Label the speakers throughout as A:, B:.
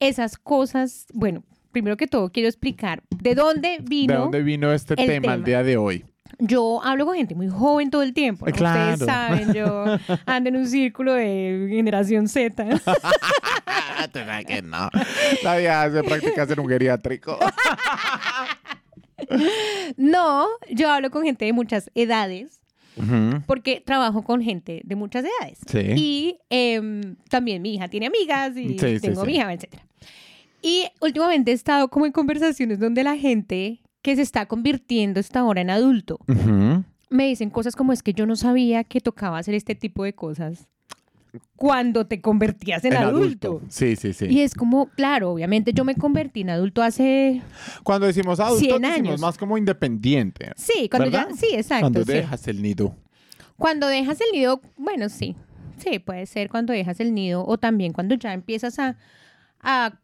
A: esas cosas. Bueno, primero que todo quiero explicar de dónde vino.
B: ¿De dónde vino este
A: el
B: tema, el
A: tema.
B: día de hoy?
A: Yo hablo con gente muy joven todo el tiempo. ¿no?
B: Claro.
A: Ustedes saben, yo ando en un círculo de generación Z.
B: Tú sabes que no. La vida hace prácticas en un geriátrico.
A: No, yo hablo con gente de muchas edades
B: Ujú.
A: porque trabajo con gente de muchas edades.
B: Sí.
A: Y em, también mi hija tiene amigas
B: Sí,
A: y
B: sí,
A: tengo
B: sí.
A: mi hija, etc. Y últimamente he estado como en conversaciones donde la gente que se está convirtiendo hasta ahora en adulto
B: Ujú.
A: me dicen cosas como es que yo no sabía que tocaba hacer este tipo de cosas cuando te convertías en,
B: En
A: adulto.
B: Sí, sí, sí.
A: Y es como, claro, obviamente yo me convertí en adulto hace...
B: Cuando decimos adulto,
A: 100
B: decimos
A: años.
B: más como independiente.
A: Sí, cuando ya...
B: ¿Verdad?
A: Sí, exacto.
B: Cuando
A: sí.
B: dejas el nido.
A: Cuando dejas el nido, bueno, sí, sí, puede ser cuando dejas el nido o también cuando ya empiezas a, a-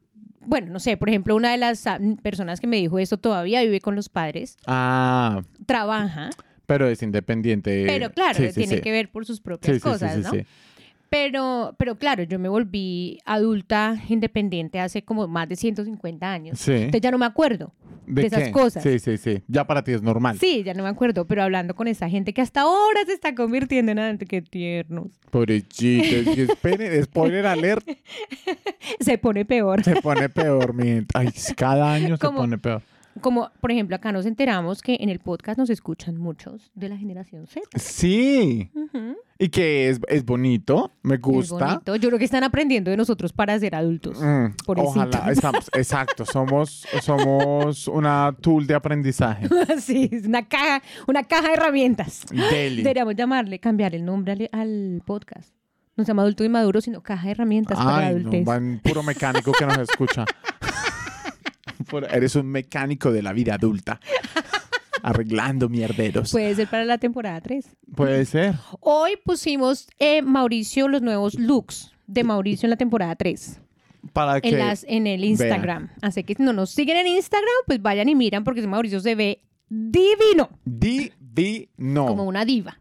A: bueno, no sé, por ejemplo, una de las ah, personas que me dijo esto todavía vive con los padres,
B: Ah,
A: trabaja,
B: pero es independiente.
A: pero claro,
B: Eh, Sí, sí,
A: tiene
B: sí.
A: que ver por sus
B: Sí,
A: propias
B: sí, sí,
A: cosas,
B: sí,
A: ¿no?
B: sí.
A: Pero, pero claro, yo me volví adulta independiente hace como más de 150 años.
B: Sí.
A: Entonces ya no me acuerdo.
B: ¿De,
A: de esas
B: qué?
A: cosas.
B: Sí, sí, sí. Ya para ti es normal.
A: Sí, ya no me acuerdo, pero hablando con esa gente que hasta ahora se está convirtiendo en adulto, qué tiernos.
B: Pobrecito. y espere, spoiler alert.
A: Se pone peor.
B: Se pone peor, mi gente. Ay, cada año se
A: Como-
B: pone peor.
A: Como, por ejemplo, acá nos enteramos que en el podcast nos escuchan muchos de la generación Z.
B: Sí.
A: Ujú.
B: Y que es, es bonito. Me
A: Es
B: gusta.
A: bonito. Yo creo que están aprendiendo de nosotros para ser adultos.
B: Mm,
A: Pobrecitos.
B: ojalá, estamos, exacto, somos, somos una tool de aprendizaje.
A: sí, es una caja, una caja de herramientas.
B: Deli.
A: Deberíamos llamarle, cambiar el nombre al, al podcast. No se llama adulto y maduro, sino caja de herramientas para
B: Ay, no,
A: adultez.
B: van puro mecánico que nos escucha. Puro- Eres un mecánico de la vida adulta. Arreglando mierderos.
A: Puede ser para la temporada 3.
B: Puede ser.
A: Hoy pusimos eh, Mauricio los nuevos looks de Mauricio en la temporada 3.
B: Para que
A: en, las, en el
B: vean.
A: Instagram. Así que si no nos siguen en Instagram, pues vayan y miran porque ese Mauricio se ve divino,
B: divino.
A: como una diva.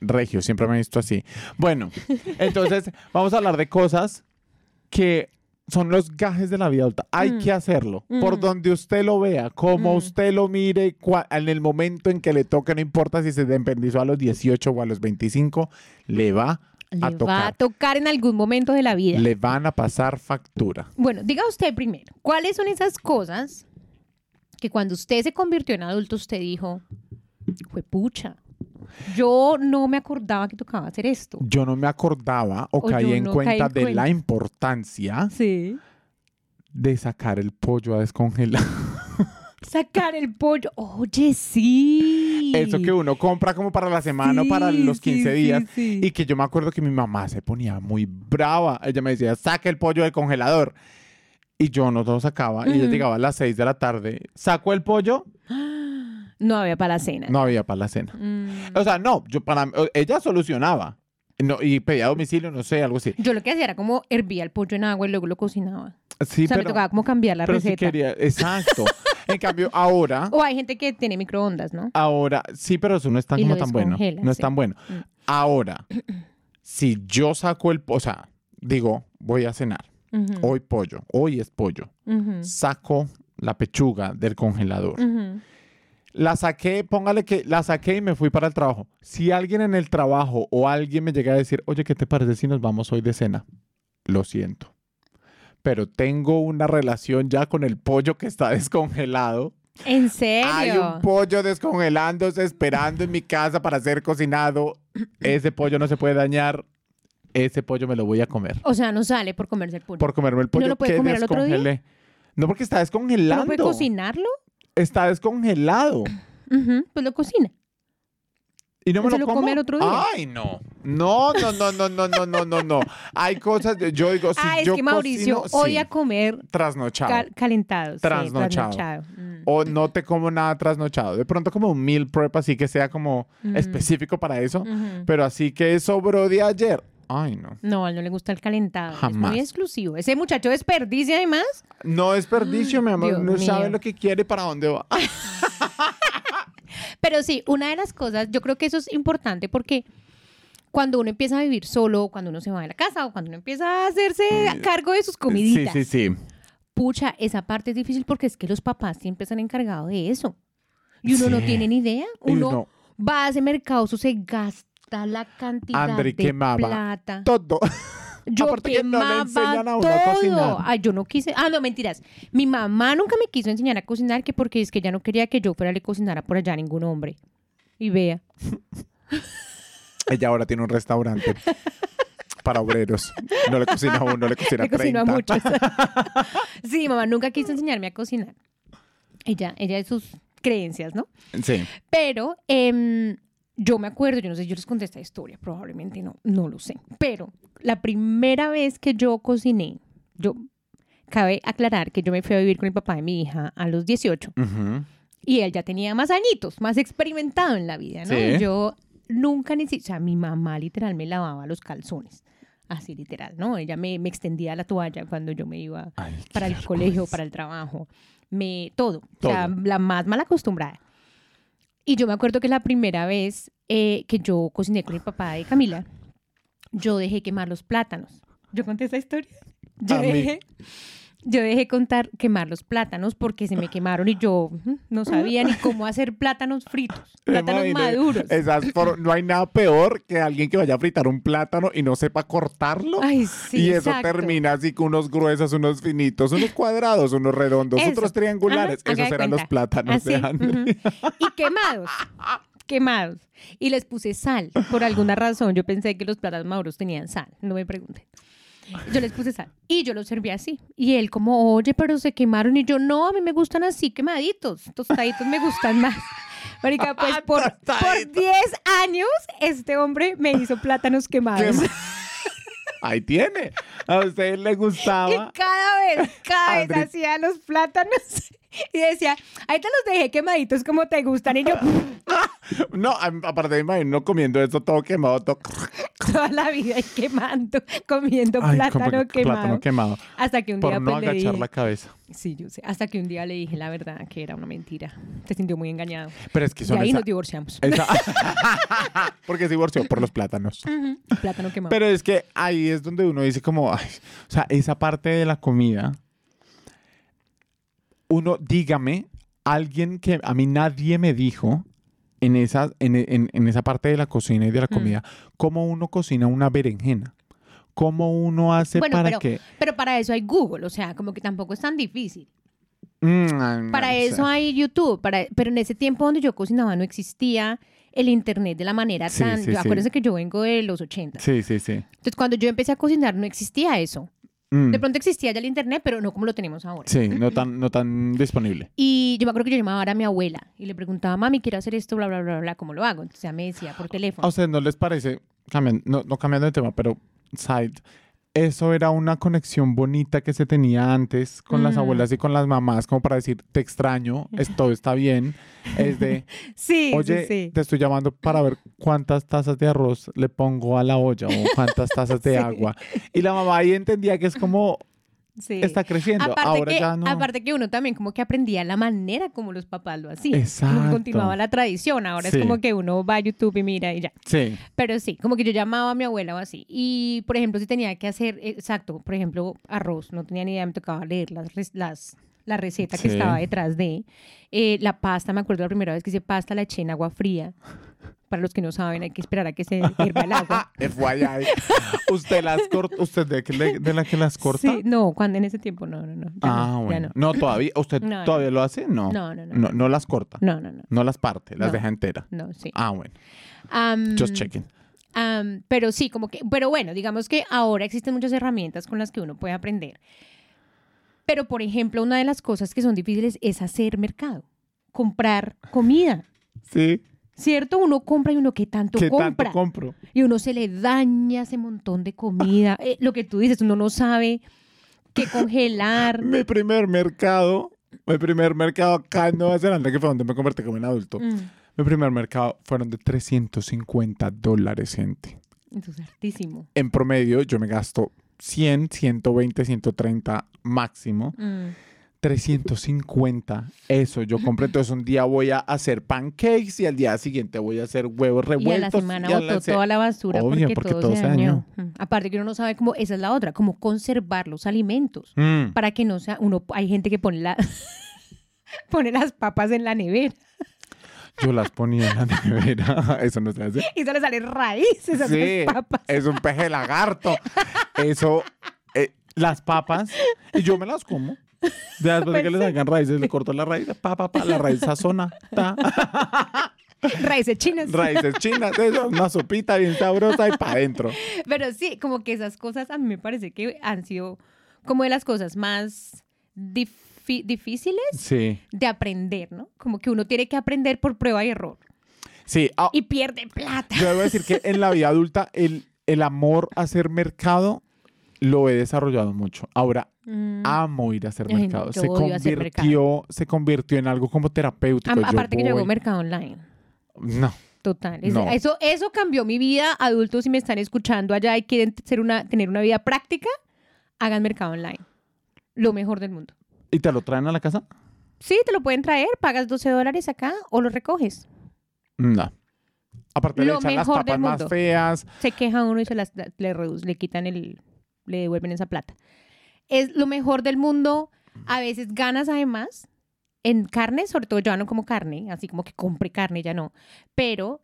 B: Regio, siempre me he visto así. Bueno, entonces vamos a hablar de cosas que son los gajes de la vida adulta. Hay
A: Mm.
B: que hacerlo. Por
A: Mm.
B: donde usted lo vea, como
A: Mm.
B: usted lo mire, cua- en el momento en que le toque, no importa si se independizó a los 18 o a los 25, le va
A: Le
B: a
A: va a
B: tocar.
A: tocar en algún momento de la vida.
B: Le van a pasar factura.
A: Bueno, diga usted primero, ¿cuáles son esas cosas que cuando usted se convirtió en adulto usted dijo, fue pucha, yo no me acordaba que tocaba hacer esto?
B: Yo no me acordaba o,
A: O
B: caí
A: yo
B: en
A: no caí
B: cuenta
A: en
B: de
A: cuenta.
B: la importancia
A: Sí.
B: de sacar el pollo a descongelar.
A: Sacar el pollo. Oye, sí.
B: Eso que uno compra como para la semana o para
A: Sí,
B: los
A: sí,
B: 15
A: sí,
B: días.
A: sí.
B: Y que yo me acuerdo que mi mamá se ponía muy brava. Ella me decía, saque el pollo del congelador. Y yo no lo sacaba. Y ella
A: Ujú.
B: llegaba a las 6 de la tarde. ¿Saco el pollo?
A: No había para la cena.
B: No había para la cena.
A: Mm.
B: O sea, no, yo para ella solucionaba. No, y pedía a domicilio, no sé, algo así.
A: Yo lo que hacía era como hervía el pollo en agua y luego lo cocinaba.
B: Sí,
A: o sea, me
B: pero,
A: tocaba como cambiar la
B: pero sí
A: receta.
B: quería. Exacto. en cambio, ahora,
A: O hay gente que tiene microondas, ¿no?
B: ahora, sí, pero eso no es tan,
A: Y
B: como
A: lo
B: tan bueno.
A: descongela,
B: No es
A: sí.
B: tan bueno.
A: Mm.
B: Ahora, si yo saco el, po- o sea, digo, voy a cenar.
A: Ujú,
B: Hoy pollo, hoy es pollo.
A: ujú,
B: Saco la pechuga del congelador.
A: ujú.
B: La saqué, póngale que la saqué y me fui para el trabajo. Si alguien en el trabajo o alguien me llega a decir, oye, ¿qué te parece si nos vamos hoy de cena? Lo siento. Pero tengo una relación ya con el pollo que está descongelado.
A: ¿En serio?
B: Hay un pollo descongelándose, esperando en mi casa para ser cocinado. Ese pollo no se puede dañar. Ese pollo me lo voy a comer.
A: o sea, no sale por comerse el pollo.
B: Por comerme el pollo
A: lo puede
B: que
A: comer al otro día?
B: descongelé. No, porque está
A: ¿Tú
B: descongelando.
A: ¿No puede cocinarlo?
B: Está descongelado.
A: Ujú, Pues lo cocina.
B: ¿Y no me lo,
A: ¿Se lo
B: como?
A: come el otro día?
B: Ay, no. No, no, no, no, no, no, no, no, no. Hay cosas, de- yo digo, si
A: ah, es
B: yo
A: que Mauricio
B: cocino,
A: odia
B: sí,
A: comer
B: trasnochado.
A: cal- calentado. sí,
B: Trasnochado.
A: trasnochado. Mm.
B: o no te como nada trasnochado. De pronto como un meal prep, así que sea como
A: Mm.
B: específico para eso.
A: Ujú.
B: Pero así que sobró de ayer. Ay, no.
A: No, a él no le gusta el calentado. Es
B: Jamás.
A: muy exclusivo. Ese muchacho desperdicia además.
B: No desperdicio, mi amor.
A: Dios
B: no sabe
A: mío.
B: lo que quiere y para dónde va.
A: Pero sí, una de las cosas, yo creo que eso es importante porque cuando uno empieza a vivir solo, cuando uno se va de la casa o cuando uno empieza a hacerse a cargo de sus comiditas,
B: Eh, Sí, sí, sí.
A: pucha, esa parte es difícil porque es que los papás siempre están encargados de eso. Y uno no
B: Sí.
A: tiene ni idea.
B: Y
A: Uno
B: uno-
A: va a ese mercado, eso se gasta la cantidad
B: Andri
A: de
B: quemaba
A: plata.
B: Todo.
A: Yo
B: Aparte que no le
A: quemaba
B: enseñan a uno a cocinar.
A: todo. Ay, yo no quise. Ah, no, mentiras. Mi mamá nunca me quiso enseñar a cocinar que porque es que ella no quería que yo fuera a le cocinara por allá a ningún hombre. Y vea.
B: Ella ahora tiene un restaurante para obreros. No le cocina a uno, le cocina a
A: Le cocino
B: 30.
A: a muchos. sí, mamá nunca quiso enseñarme a cocinar. Ella, ella de sus creencias, ¿no?
B: Sí.
A: Pero em, yo me acuerdo, yo no sé, yo les conté esta historia, probablemente no, no lo sé. Pero la primera vez que yo cociné, yo cabe aclarar que yo me fui a vivir con el papá de mi hija a los 18
B: Ujú.
A: y él ya tenía más añitos, más experimentado en la vida, ¿no?
B: Sí.
A: Yo nunca ni si- o sea, mi mamá literal me lavaba los calzones, así literal, ¿no? Ella me, me extendía la toalla cuando yo me iba
B: Ay, qué
A: para el
B: vergüenza.
A: colegio, para el trabajo, me, todo. O sea,
B: Todo.
A: la más mal acostumbrada. Y yo me acuerdo que la primera vez eh, que yo cociné con el papá de Camila, yo dejé quemar los plátanos. ¿Yo conté esa historia? Yo
B: A mí.
A: dejé, yo dejé contar quemar los plátanos porque se me quemaron y yo ujú, no sabía ni cómo hacer plátanos fritos, plátanos
B: Imagínate,
A: maduros.
B: esas for- no hay nada peor que alguien que vaya a fritar un plátano y no sepa cortarlo.
A: Ay, sí,
B: y eso
A: exacto.
B: termina así con unos gruesos, unos finitos, unos cuadrados, unos redondos,
A: Eso.
B: otros triangulares.
A: Ajá, haga
B: Esos
A: de
B: eran los
A: cuenta.
B: plátanos
A: Así,
B: de Andy.
A: ujú. Y quemados. Quemados. Y les puse sal. Por alguna razón yo pensé que los plátanos maduros tenían sal. No me pregunten. Yo les puse sal. Y yo los serví así. Y él como, oye, pero se quemaron. Y yo, no, a mí me gustan así quemaditos. Tostaditos me gustan más. Marica, pues por, por
B: Tostaditos.
A: 10 años este hombre me hizo plátanos
B: ¿Qué
A: quemados.
B: más? Ahí tiene. A usted le gustaba.
A: Y cada vez, cada vez
B: Adri-
A: hacía los plátanos y decía, ahí te los dejé quemaditos como te gustan. Y yo,
B: No, a- aparte me imagino comiendo esto todo quemado, todo
A: toda la vida y quemando, comiendo
B: Ay, como
A: plátano
B: que-
A: quemado.
B: plátano quemado.
A: Hasta que un día
B: Por no
A: pues, le
B: agachar
A: dije,
B: la cabeza.
A: sí, yo sé, hasta que un día le dije la verdad que era una mentira. Se sintió muy engañado.
B: Pero es que
A: Y
B: son
A: ahí
B: esa-
A: nos divorciamos.
B: esa- Porque se divorció por los plátanos.
A: Plátano quemado.
B: Pero es que ahí es donde uno dice como, ay, o sea, esa parte de la comida, uno, dígame, alguien que a mí nadie me dijo en esa, en, en- en esa parte de la cocina y de la
A: Mm.
B: comida, cómo uno cocina una berenjena, cómo uno hace
A: bueno,
B: para
A: pero,
B: que...
A: pero para eso hay Google, o sea, como que tampoco es tan difícil.
B: Mm, ay, no,
A: Para
B: o sea,
A: eso hay YouTube, para, pero en ese tiempo donde yo cocinaba no existía el internet de la manera
B: Sí,
A: tan...
B: sí, sí.
A: Acuérdense que yo vengo de los 80.
B: Sí, sí, sí.
A: Entonces, cuando yo empecé a cocinar no existía eso.
B: Mm,
A: De pronto existía ya el internet, pero no como lo tenemos ahora.
B: sí, no tan, no tan disponible.
A: Y yo me acuerdo que yo llamaba ahora a mi abuela y le preguntaba, mami, quiero hacer esto, bla, bla, bla, bla, ¿cómo lo hago?
B: Ah,
A: Entonces ella me decía por
B: ¿A
A: teléfono.
B: ustedes no les parece, cambian- no, no cambiando de tema, pero side, eso era una conexión bonita que se tenía antes con las
A: Mm.
B: abuelas y con las mamás, como para decir, te extraño, es- todo está bien. Es de,
A: Sí,
B: oye,
A: sí, sí.
B: te estoy llamando para ver cuántas tazas de arroz le pongo a la olla o cuántas tazas de
A: Sí.
B: agua. Y la mamá ahí entendía que es como,
A: sí.
B: está creciendo,
A: Aparte,
B: ahora
A: que,
B: ya no.
A: aparte que uno también como que aprendía la manera como los papás lo hacían. Como que
B: Exacto.
A: Continuaba la tradición. Ahora
B: Sí.
A: es como que uno va a YouTube y mira y ya.
B: Sí,
A: Pero sí, como que yo llamaba a mi abuela o así. Y, por ejemplo, si tenía que hacer, eh, exacto, por ejemplo, arroz, no tenía ni idea, me tocaba leer las, res- las, la receta que
B: Sí.
A: estaba detrás de. Eh, la pasta, me acuerdo la primera vez que hice pasta, la eché en agua fría. Para los que no saben, hay que esperar a que se hierva el agua.
B: FYI. ¿Usted las corta? ¿Usted de, que le- de la que las corta?
A: Sí, no, cuando en ese tiempo, no, no, no. ya
B: Ah,
A: no, ya
B: bueno.
A: no.
B: No, todavía. ¿Usted
A: No, no.
B: todavía lo hace? No.
A: No, no, no.
B: No, no las corta.
A: No, no, no.
B: No las parte, las
A: No.
B: deja entera.
A: No, sí. Mm.
B: Ah, bueno.
A: Am,
B: Just checking.
A: am, pero sí, como que, pero bueno, digamos que ahora existen muchas herramientas con las que uno puede aprender. Pero, por ejemplo, una de las cosas que son difíciles es hacer mercado, comprar comida.
B: Sí.
A: ¿Cierto? Uno compra y uno que tanto
B: ¿Qué
A: compra.
B: tanto compro?
A: y uno se le daña ese montón de comida. Eh, lo que tú dices, uno no sabe qué congelar.
B: Mi primer mercado, mi primer mercado acá en Nueva Zelanda, que fue donde me convertí como en adulto.
A: Mm,
B: Mi primer mercado fueron de 350 dólares, gente.
A: eso es hartísimo.
B: En promedio, yo me gasto 100, 120, 130 máximo.
A: Mm.
B: 350. Eso yo compré. Entonces un día voy a hacer pancakes y al día siguiente voy a hacer huevos
A: Y a la
B: revueltos.
A: semana
B: y a
A: botó
B: la se-
A: toda la basura
B: Obvio,
A: porque,
B: porque
A: todo, se dañó. Mm. Aparte que uno no sabe cómo, esa es la otra, cómo conservar los alimentos
B: Mm,
A: para que no sea, uno, hay gente que pone la, pone las papas en la nevera
B: yo las ponía en la nevera. Eso no se hace.
A: y se le salen raíces a
B: Sí,
A: las papas.
B: es un peje lagarto. Eso, eh, las papas, y yo me las como. Ya Después de que le sacan raíces, le corto la raíz, pa, pa, pa, la raíz sazona, ta.
A: Raíces chinas.
B: raíces chinas, eso, una sopita bien sabrosa y para adentro.
A: Pero sí, como que esas cosas a mí me parece que han sido como de las cosas más difi- difíciles
B: Sí,
A: de aprender, ¿no? Como que uno tiene que aprender por prueba y error
B: sí. ah,
A: y pierde plata.
B: Yo debo decir que en la vida adulta el, el amor a hacer mercado lo he desarrollado mucho. Ahora
A: Mm.
B: amo ir a hacer
A: Ay, no,
B: mercado.
A: yo
B: se
A: odio hacer
B: convirtió, se convirtió en algo como terapéutico.
A: Am-
B: Yo
A: aparte que yo hago
B: voy-
A: mercado online.
B: No,
A: Total. Es-
B: No.
A: Eso, eso cambió mi vida. Adultos, si me están escuchando allá y quieren ser una, tener una vida práctica, hagan mercado online. Lo mejor del mundo.
B: ¿Y te lo traen a la casa?
A: Sí, te lo pueden traer, pagas 12 dólares acá o lo recoges.
B: No. Aparte le
A: Lo
B: echan las
A: mejor
B: papas
A: del
B: más
A: mundo.
B: feas.
A: Se queja uno y se las, le, reduce, le quitan el, le devuelven esa plata. Es lo mejor del mundo. A veces ganas además en carne, sobre todo yo ya no como carne, así como que compre carne, ya no. Pero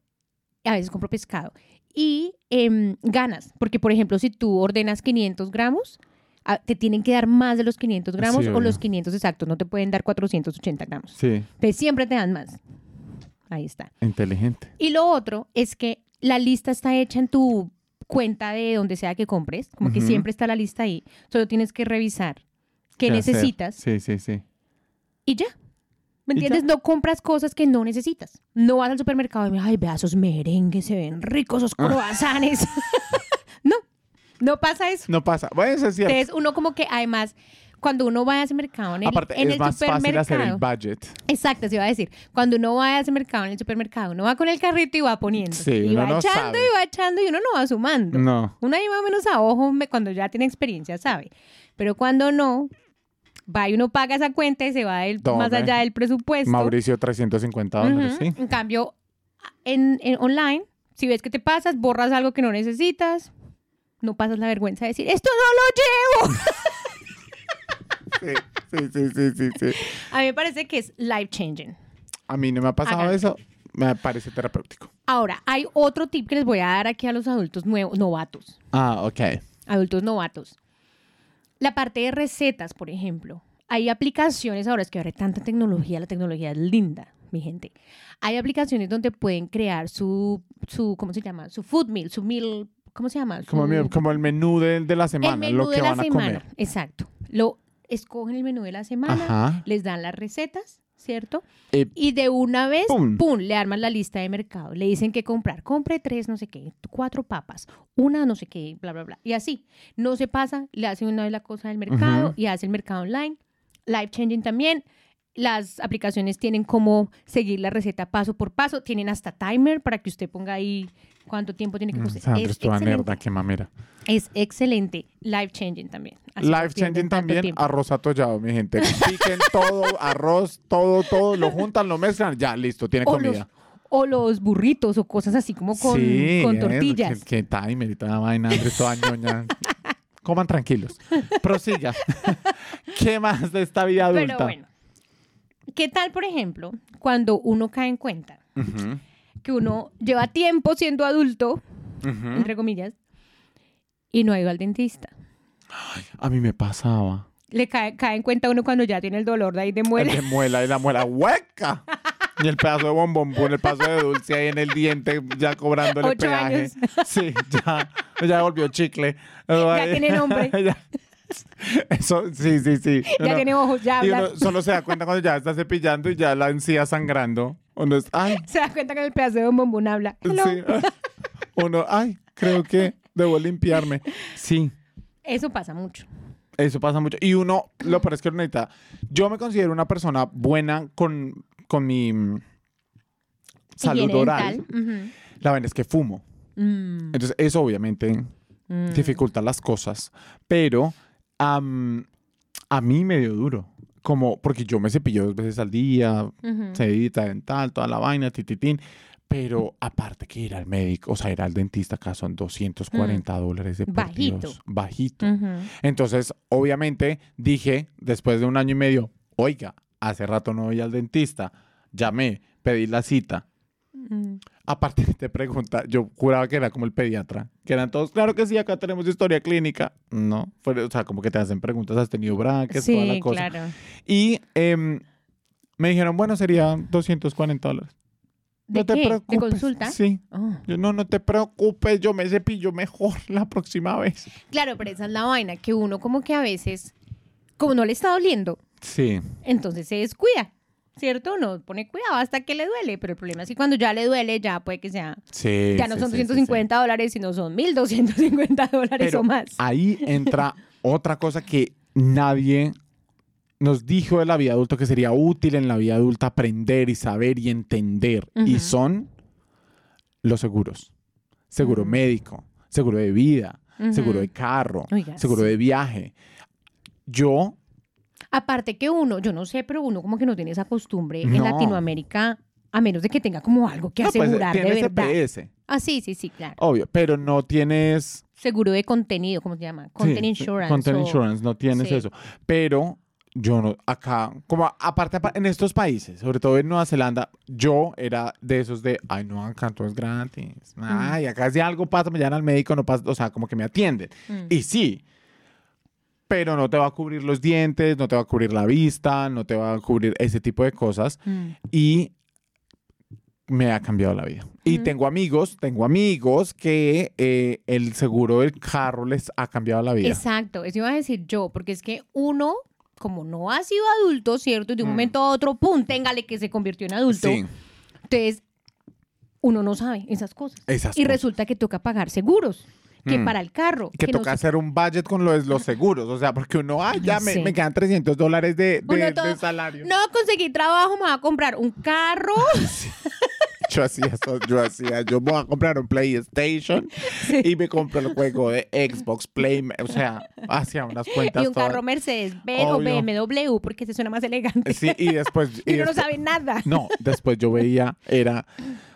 A: a veces compro pescado. Y em, ganas, porque por ejemplo, si tú ordenas 500 gramos, a- te tienen que dar más de los 500 gramos
B: Sí,
A: o los
B: obvio.
A: 500 exactos, no te pueden dar 480 gramos.
B: Sí,
A: Entonces siempre te dan más. Ahí está.
B: inteligente.
A: Y lo otro es que la lista está hecha en tu cuenta de donde sea que compres, como que
B: Ujú.
A: siempre está la lista ahí, solo tienes que revisar qué,
B: hacer?
A: necesitas
B: Sí, sí, sí.
A: y ya. ¿Me
B: Y ya.
A: entiendes? No compras cosas que no necesitas. No vas al supermercado y me ay, vea esos merengues, se ven ricos, esos
B: Ah.
A: croissants. no, no pasa eso.
B: No pasa. Bueno, eso es cierto.
A: Entonces uno como que además, cuando uno va a ese mercado en el,
B: Aparte,
A: en
B: es
A: el
B: más fácil
A: supermercado...
B: hacer el budget.
A: Exacto, se iba a decir. Cuando uno va a ese mercado, en el supermercado, uno va con el carrito y va poniendo.
B: Sí,
A: y
B: uno
A: va
B: no
A: echando
B: sabe. Mm.
A: y va echando y uno no va sumando.
B: No.
A: Uno ahí más o menos a ojo, me- cuando ya tiene experiencia, sabe. Pero cuando no, va y uno paga esa cuenta y se va del-
B: Tome.
A: más allá del presupuesto.
B: eh, Mauricio, 350 dólares,
A: Ujú.
B: sí.
A: En cambio, en, en online, si ves que te pasas, borras algo que no necesitas, no pasas la vergüenza de decir, esto no lo llevo.
B: Sí, sí, sí, sí, sí, sí.
A: a mí me parece que es life changing.
B: A mí no me ha pasado
A: Hágalo.
B: eso. Me parece terapéutico.
A: Ahora, hay otro tip que les voy a dar aquí a los adultos nuevos, novatos.
B: Ah, ok.
A: adultos novatos. La parte de recetas, por ejemplo. Hay aplicaciones ahora, es que ahora hay tanta tecnología, la tecnología es linda, mi gente. Hay aplicaciones donde pueden crear su, su ¿cómo se llama? Su food meal, su meal, ¿cómo se llama?
B: Como,
A: Su-
B: mi- como el menú de, de la semana,
A: Mm. el menú
B: lo que
A: de la
B: van a
A: semana.
B: comer.
A: Exacto. Lo escogen el menú de la semana,
B: Ajá.
A: les dan las recetas ¿cierto?
B: Eh,
A: y de una vez,
B: ¡pum!
A: ¡pum! le arman la lista de mercado. Le dicen que comprar. Compre tres, no sé qué, cuatro papas, una, no sé qué, bla, bla, bla. Y así. No se pasa, le hacen una vez la cosa del mercado
B: Ujú.
A: y hace el mercado online. Life Changing también. Las aplicaciones tienen como seguir la receta paso por paso. Tienen hasta timer para que usted ponga ahí cuánto tiempo tiene que
B: Mm,
A: cocinar.
B: Sandra,
A: pues Es
B: es toda
A: excelente.
B: nerda, qué mamera.
A: Es excelente. Life changing también. Así no
B: Life changing
A: pierden tanto
B: también,
A: tiempo.
B: arroz atollado, mi gente. Piquen todo, arroz, todo, todo, lo juntan, lo mezclan, ya, listo, tiene
A: O los,
B: comida.
A: o los burritos o cosas así como con,
B: Sí,
A: con
B: eso,
A: tortillas.
B: Que, que timer y toda la vaina, Andrés, toda ñoña. Coman tranquilos. Prosiga. ¿Qué más de esta vida adulta?
A: Pero bueno. ¿Qué tal, por ejemplo, cuando uno cae en cuenta
B: Ujú,
A: que uno lleva tiempo siendo adulto,
B: ujú.
A: entre comillas, y no ha ido al dentista?
B: A mí me pasaba.
A: Le cae, cae en cuenta uno cuando ya tiene el dolor de ahí de
B: El
A: muela.
B: de muela y la muela hueca. Y el pedazo de bombombón, el pedazo de dulce ahí en el diente, ya cobrándole
A: Ocho
B: peaje.
A: años.
B: Sí, ya, ya volvió chicle.
A: Ya tiene nombre.
B: Ya. Eso, sí, sí, sí.
A: Ya
B: Uno-
A: tiene ojos, ya
B: Y
A: habla.
B: uno solo se da cuenta cuando ya está cepillando y ya la encía sangrando. Uno es, ay,
A: Se da cuenta que el pedazo de bombón habla. Hello.
B: sí. Uno, ay, creo que debo limpiarme. Sí.
A: Eso pasa mucho.
B: Eso pasa mucho. Y uno, lo peor es que uno necesita. Yo me considero una persona buena con, con mi mm, salud
A: Higiene
B: oral.
A: dental, ujú.
B: La verdad es que fumo.
A: Mm,
B: Entonces, eso obviamente
A: mm.
B: dificulta las cosas. Pero am, a mí me dio duro. Como, porque yo me cepillo dos veces al día,
A: Ujú.
B: sedita dental, toda la vaina, tititín. Pero aparte que ir al médico, o sea, ir al dentista acá son 240 dólares de por
A: Bajito.
B: Dios. Bajito.
A: Ujú.
B: Entonces, obviamente, dije, después de un año y medio, oiga, hace rato no voy al dentista, llamé, pedí la cita.
A: Mm.
B: Aparte te pregunta, yo juraba que era como el pediatra, que eran todos, claro que sí, acá tenemos historia clínica. No, fue- o sea, como que te hacen preguntas, has tenido braques, toda la
A: Sí,
B: cosa.
A: claro.
B: Y em, me dijeron, bueno, sería 240 dólares.
A: ¿De
B: no te
A: qué? ¿De
B: preocupes.
A: consulta?
B: Sí.
A: Oh.
B: Yo, no, no te preocupes, yo me cepillo mejor la próxima vez.
A: Claro, pero esa es la vaina, que uno como que a veces, como no le está doliendo,
B: Sí.
A: entonces se descuida, ¿cierto? No pone cuidado hasta que le duele, pero el problema es que cuando ya le duele, ya puede que sea,
B: Sí.
A: ya no
B: sí,
A: son
B: sí, sí, sí.
A: 250 dólares, sino son 1.250 dólares
B: Pero
A: o más.
B: Ahí entra otra cosa que nadie nos dijo de la vida adulta que sería útil en la vida adulta aprender y saber y entender. Y
A: Ujú.
B: son los seguros. Seguro
A: Ujú.
B: médico, seguro de vida, seguro
A: Ujú.
B: de carro,
A: Oiga,
B: seguro
A: sí.
B: de viaje. Yo,
A: Aparte que uno, yo no sé, pero uno como que no tiene esa costumbre en
B: No.
A: Latinoamérica, a menos de que tenga como algo que
B: no, pues,
A: asegurar de
B: tienes
A: verdad.
B: EPS,
A: Ah, sí, sí, sí, claro.
B: obvio, pero no tienes...
A: Seguro de contenido, ¿cómo se llama?
B: Sí,
A: Content
B: sí,
A: insurance.
B: Content
A: o-
B: insurance, no tienes
A: sí.
B: eso. Pero yo no, acá, como a- aparte apa- en estos países, sobre todo en Nueva Zelanda, yo era de esos de, ay, no, acá todo es gratis.
A: Mm.
B: Ay, acá si algo pasa, me llaman al médico, no pasa, o sea, como que me atienden.
A: Mm.
B: Y sí, pero no te va a cubrir los dientes, no te va a cubrir la vista, no te va a cubrir ese tipo de cosas
A: Mm.
B: y me ha cambiado la vida. Y
A: Ujú.
B: tengo amigos, tengo amigos que eh, el seguro del carro les ha cambiado la vida.
A: Exacto, eso iba a decir yo, porque es que uno, como no ha sido adulto, ¿cierto? De un
B: Mm.
A: momento a otro, ¡pum! Téngale que se convirtió en adulto.
B: Sí,
A: Entonces, uno no sabe esas cosas.
B: esas
A: Y
B: cosas.
A: resulta que toca pagar seguros, que
B: Mm.
A: para el carro.
B: que,
A: no
B: toca
A: sé-
B: hacer un budget con los, los seguros, o sea, porque uno, ah, ya
A: Ay,
B: me,
A: sí.
B: me quedan 300 dólares de, de-
A: Uno
B: de
A: todo-
B: salario.
A: No conseguí trabajo, me va a comprar un carro.
B: Yo hacía eso, yo hacía, yo me voy a comprar un PlayStation y me compro el juego de Xbox Play, o sea, hacía unas cuentas.
A: Y un
B: todas.
A: carro Mercedes, B o
B: Obvio.
A: BMW, porque se suena más elegante.
B: Sí, y después...
A: Y
B: y
A: uno no
B: después-
A: sabe nada.
B: No, después yo veía, era.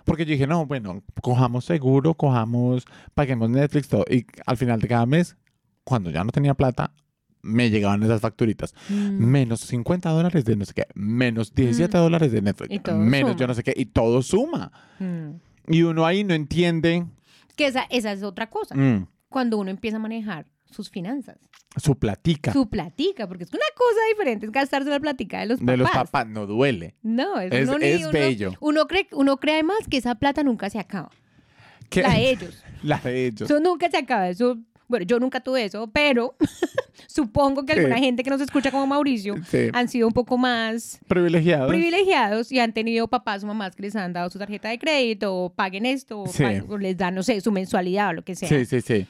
B: Porque yo dije, no, bueno, cojamos seguro, cojamos, paguemos Netflix, todo. Y al final de cada mes, cuando ya no tenía plata, me llegaban esas facturitas.
A: Mm,
B: Menos 50 dólares de no sé qué, menos 17 dólares de Netflix,
A: Y todo
B: menos
A: suma.
B: yo no sé qué, y todo suma.
A: Mm.
B: Y uno ahí no entiende
A: Que esa, esa es otra cosa.
B: mm,
A: Cuando uno empieza a manejar sus finanzas.
B: su platica
A: Su platica, porque es que una cosa diferente es gastarse la platica de los papás.
B: de los papás, no duele.
A: No, es,
B: Es-
A: uno, ni-
B: es
A: uno-
B: bello.
A: Uno cree, uno cree además que esa plata nunca se acaba.
B: ¿Qué?
A: La e- de ellos.
B: La de ellos.
A: Eso nunca se acaba. Eso, Bueno, yo nunca tuve eso, pero supongo que alguna
B: Sí.
A: gente que nos escucha como Mauricio
B: Sí.
A: han sido un poco más
B: Privilegiados.
A: privilegiados y han tenido papás o mamás que les han dado su tarjeta de crédito o paguen esto o,
B: Sí.
A: paguen- o les dan, no sé, su mensualidad o lo que sea.
B: sí, sí, sí.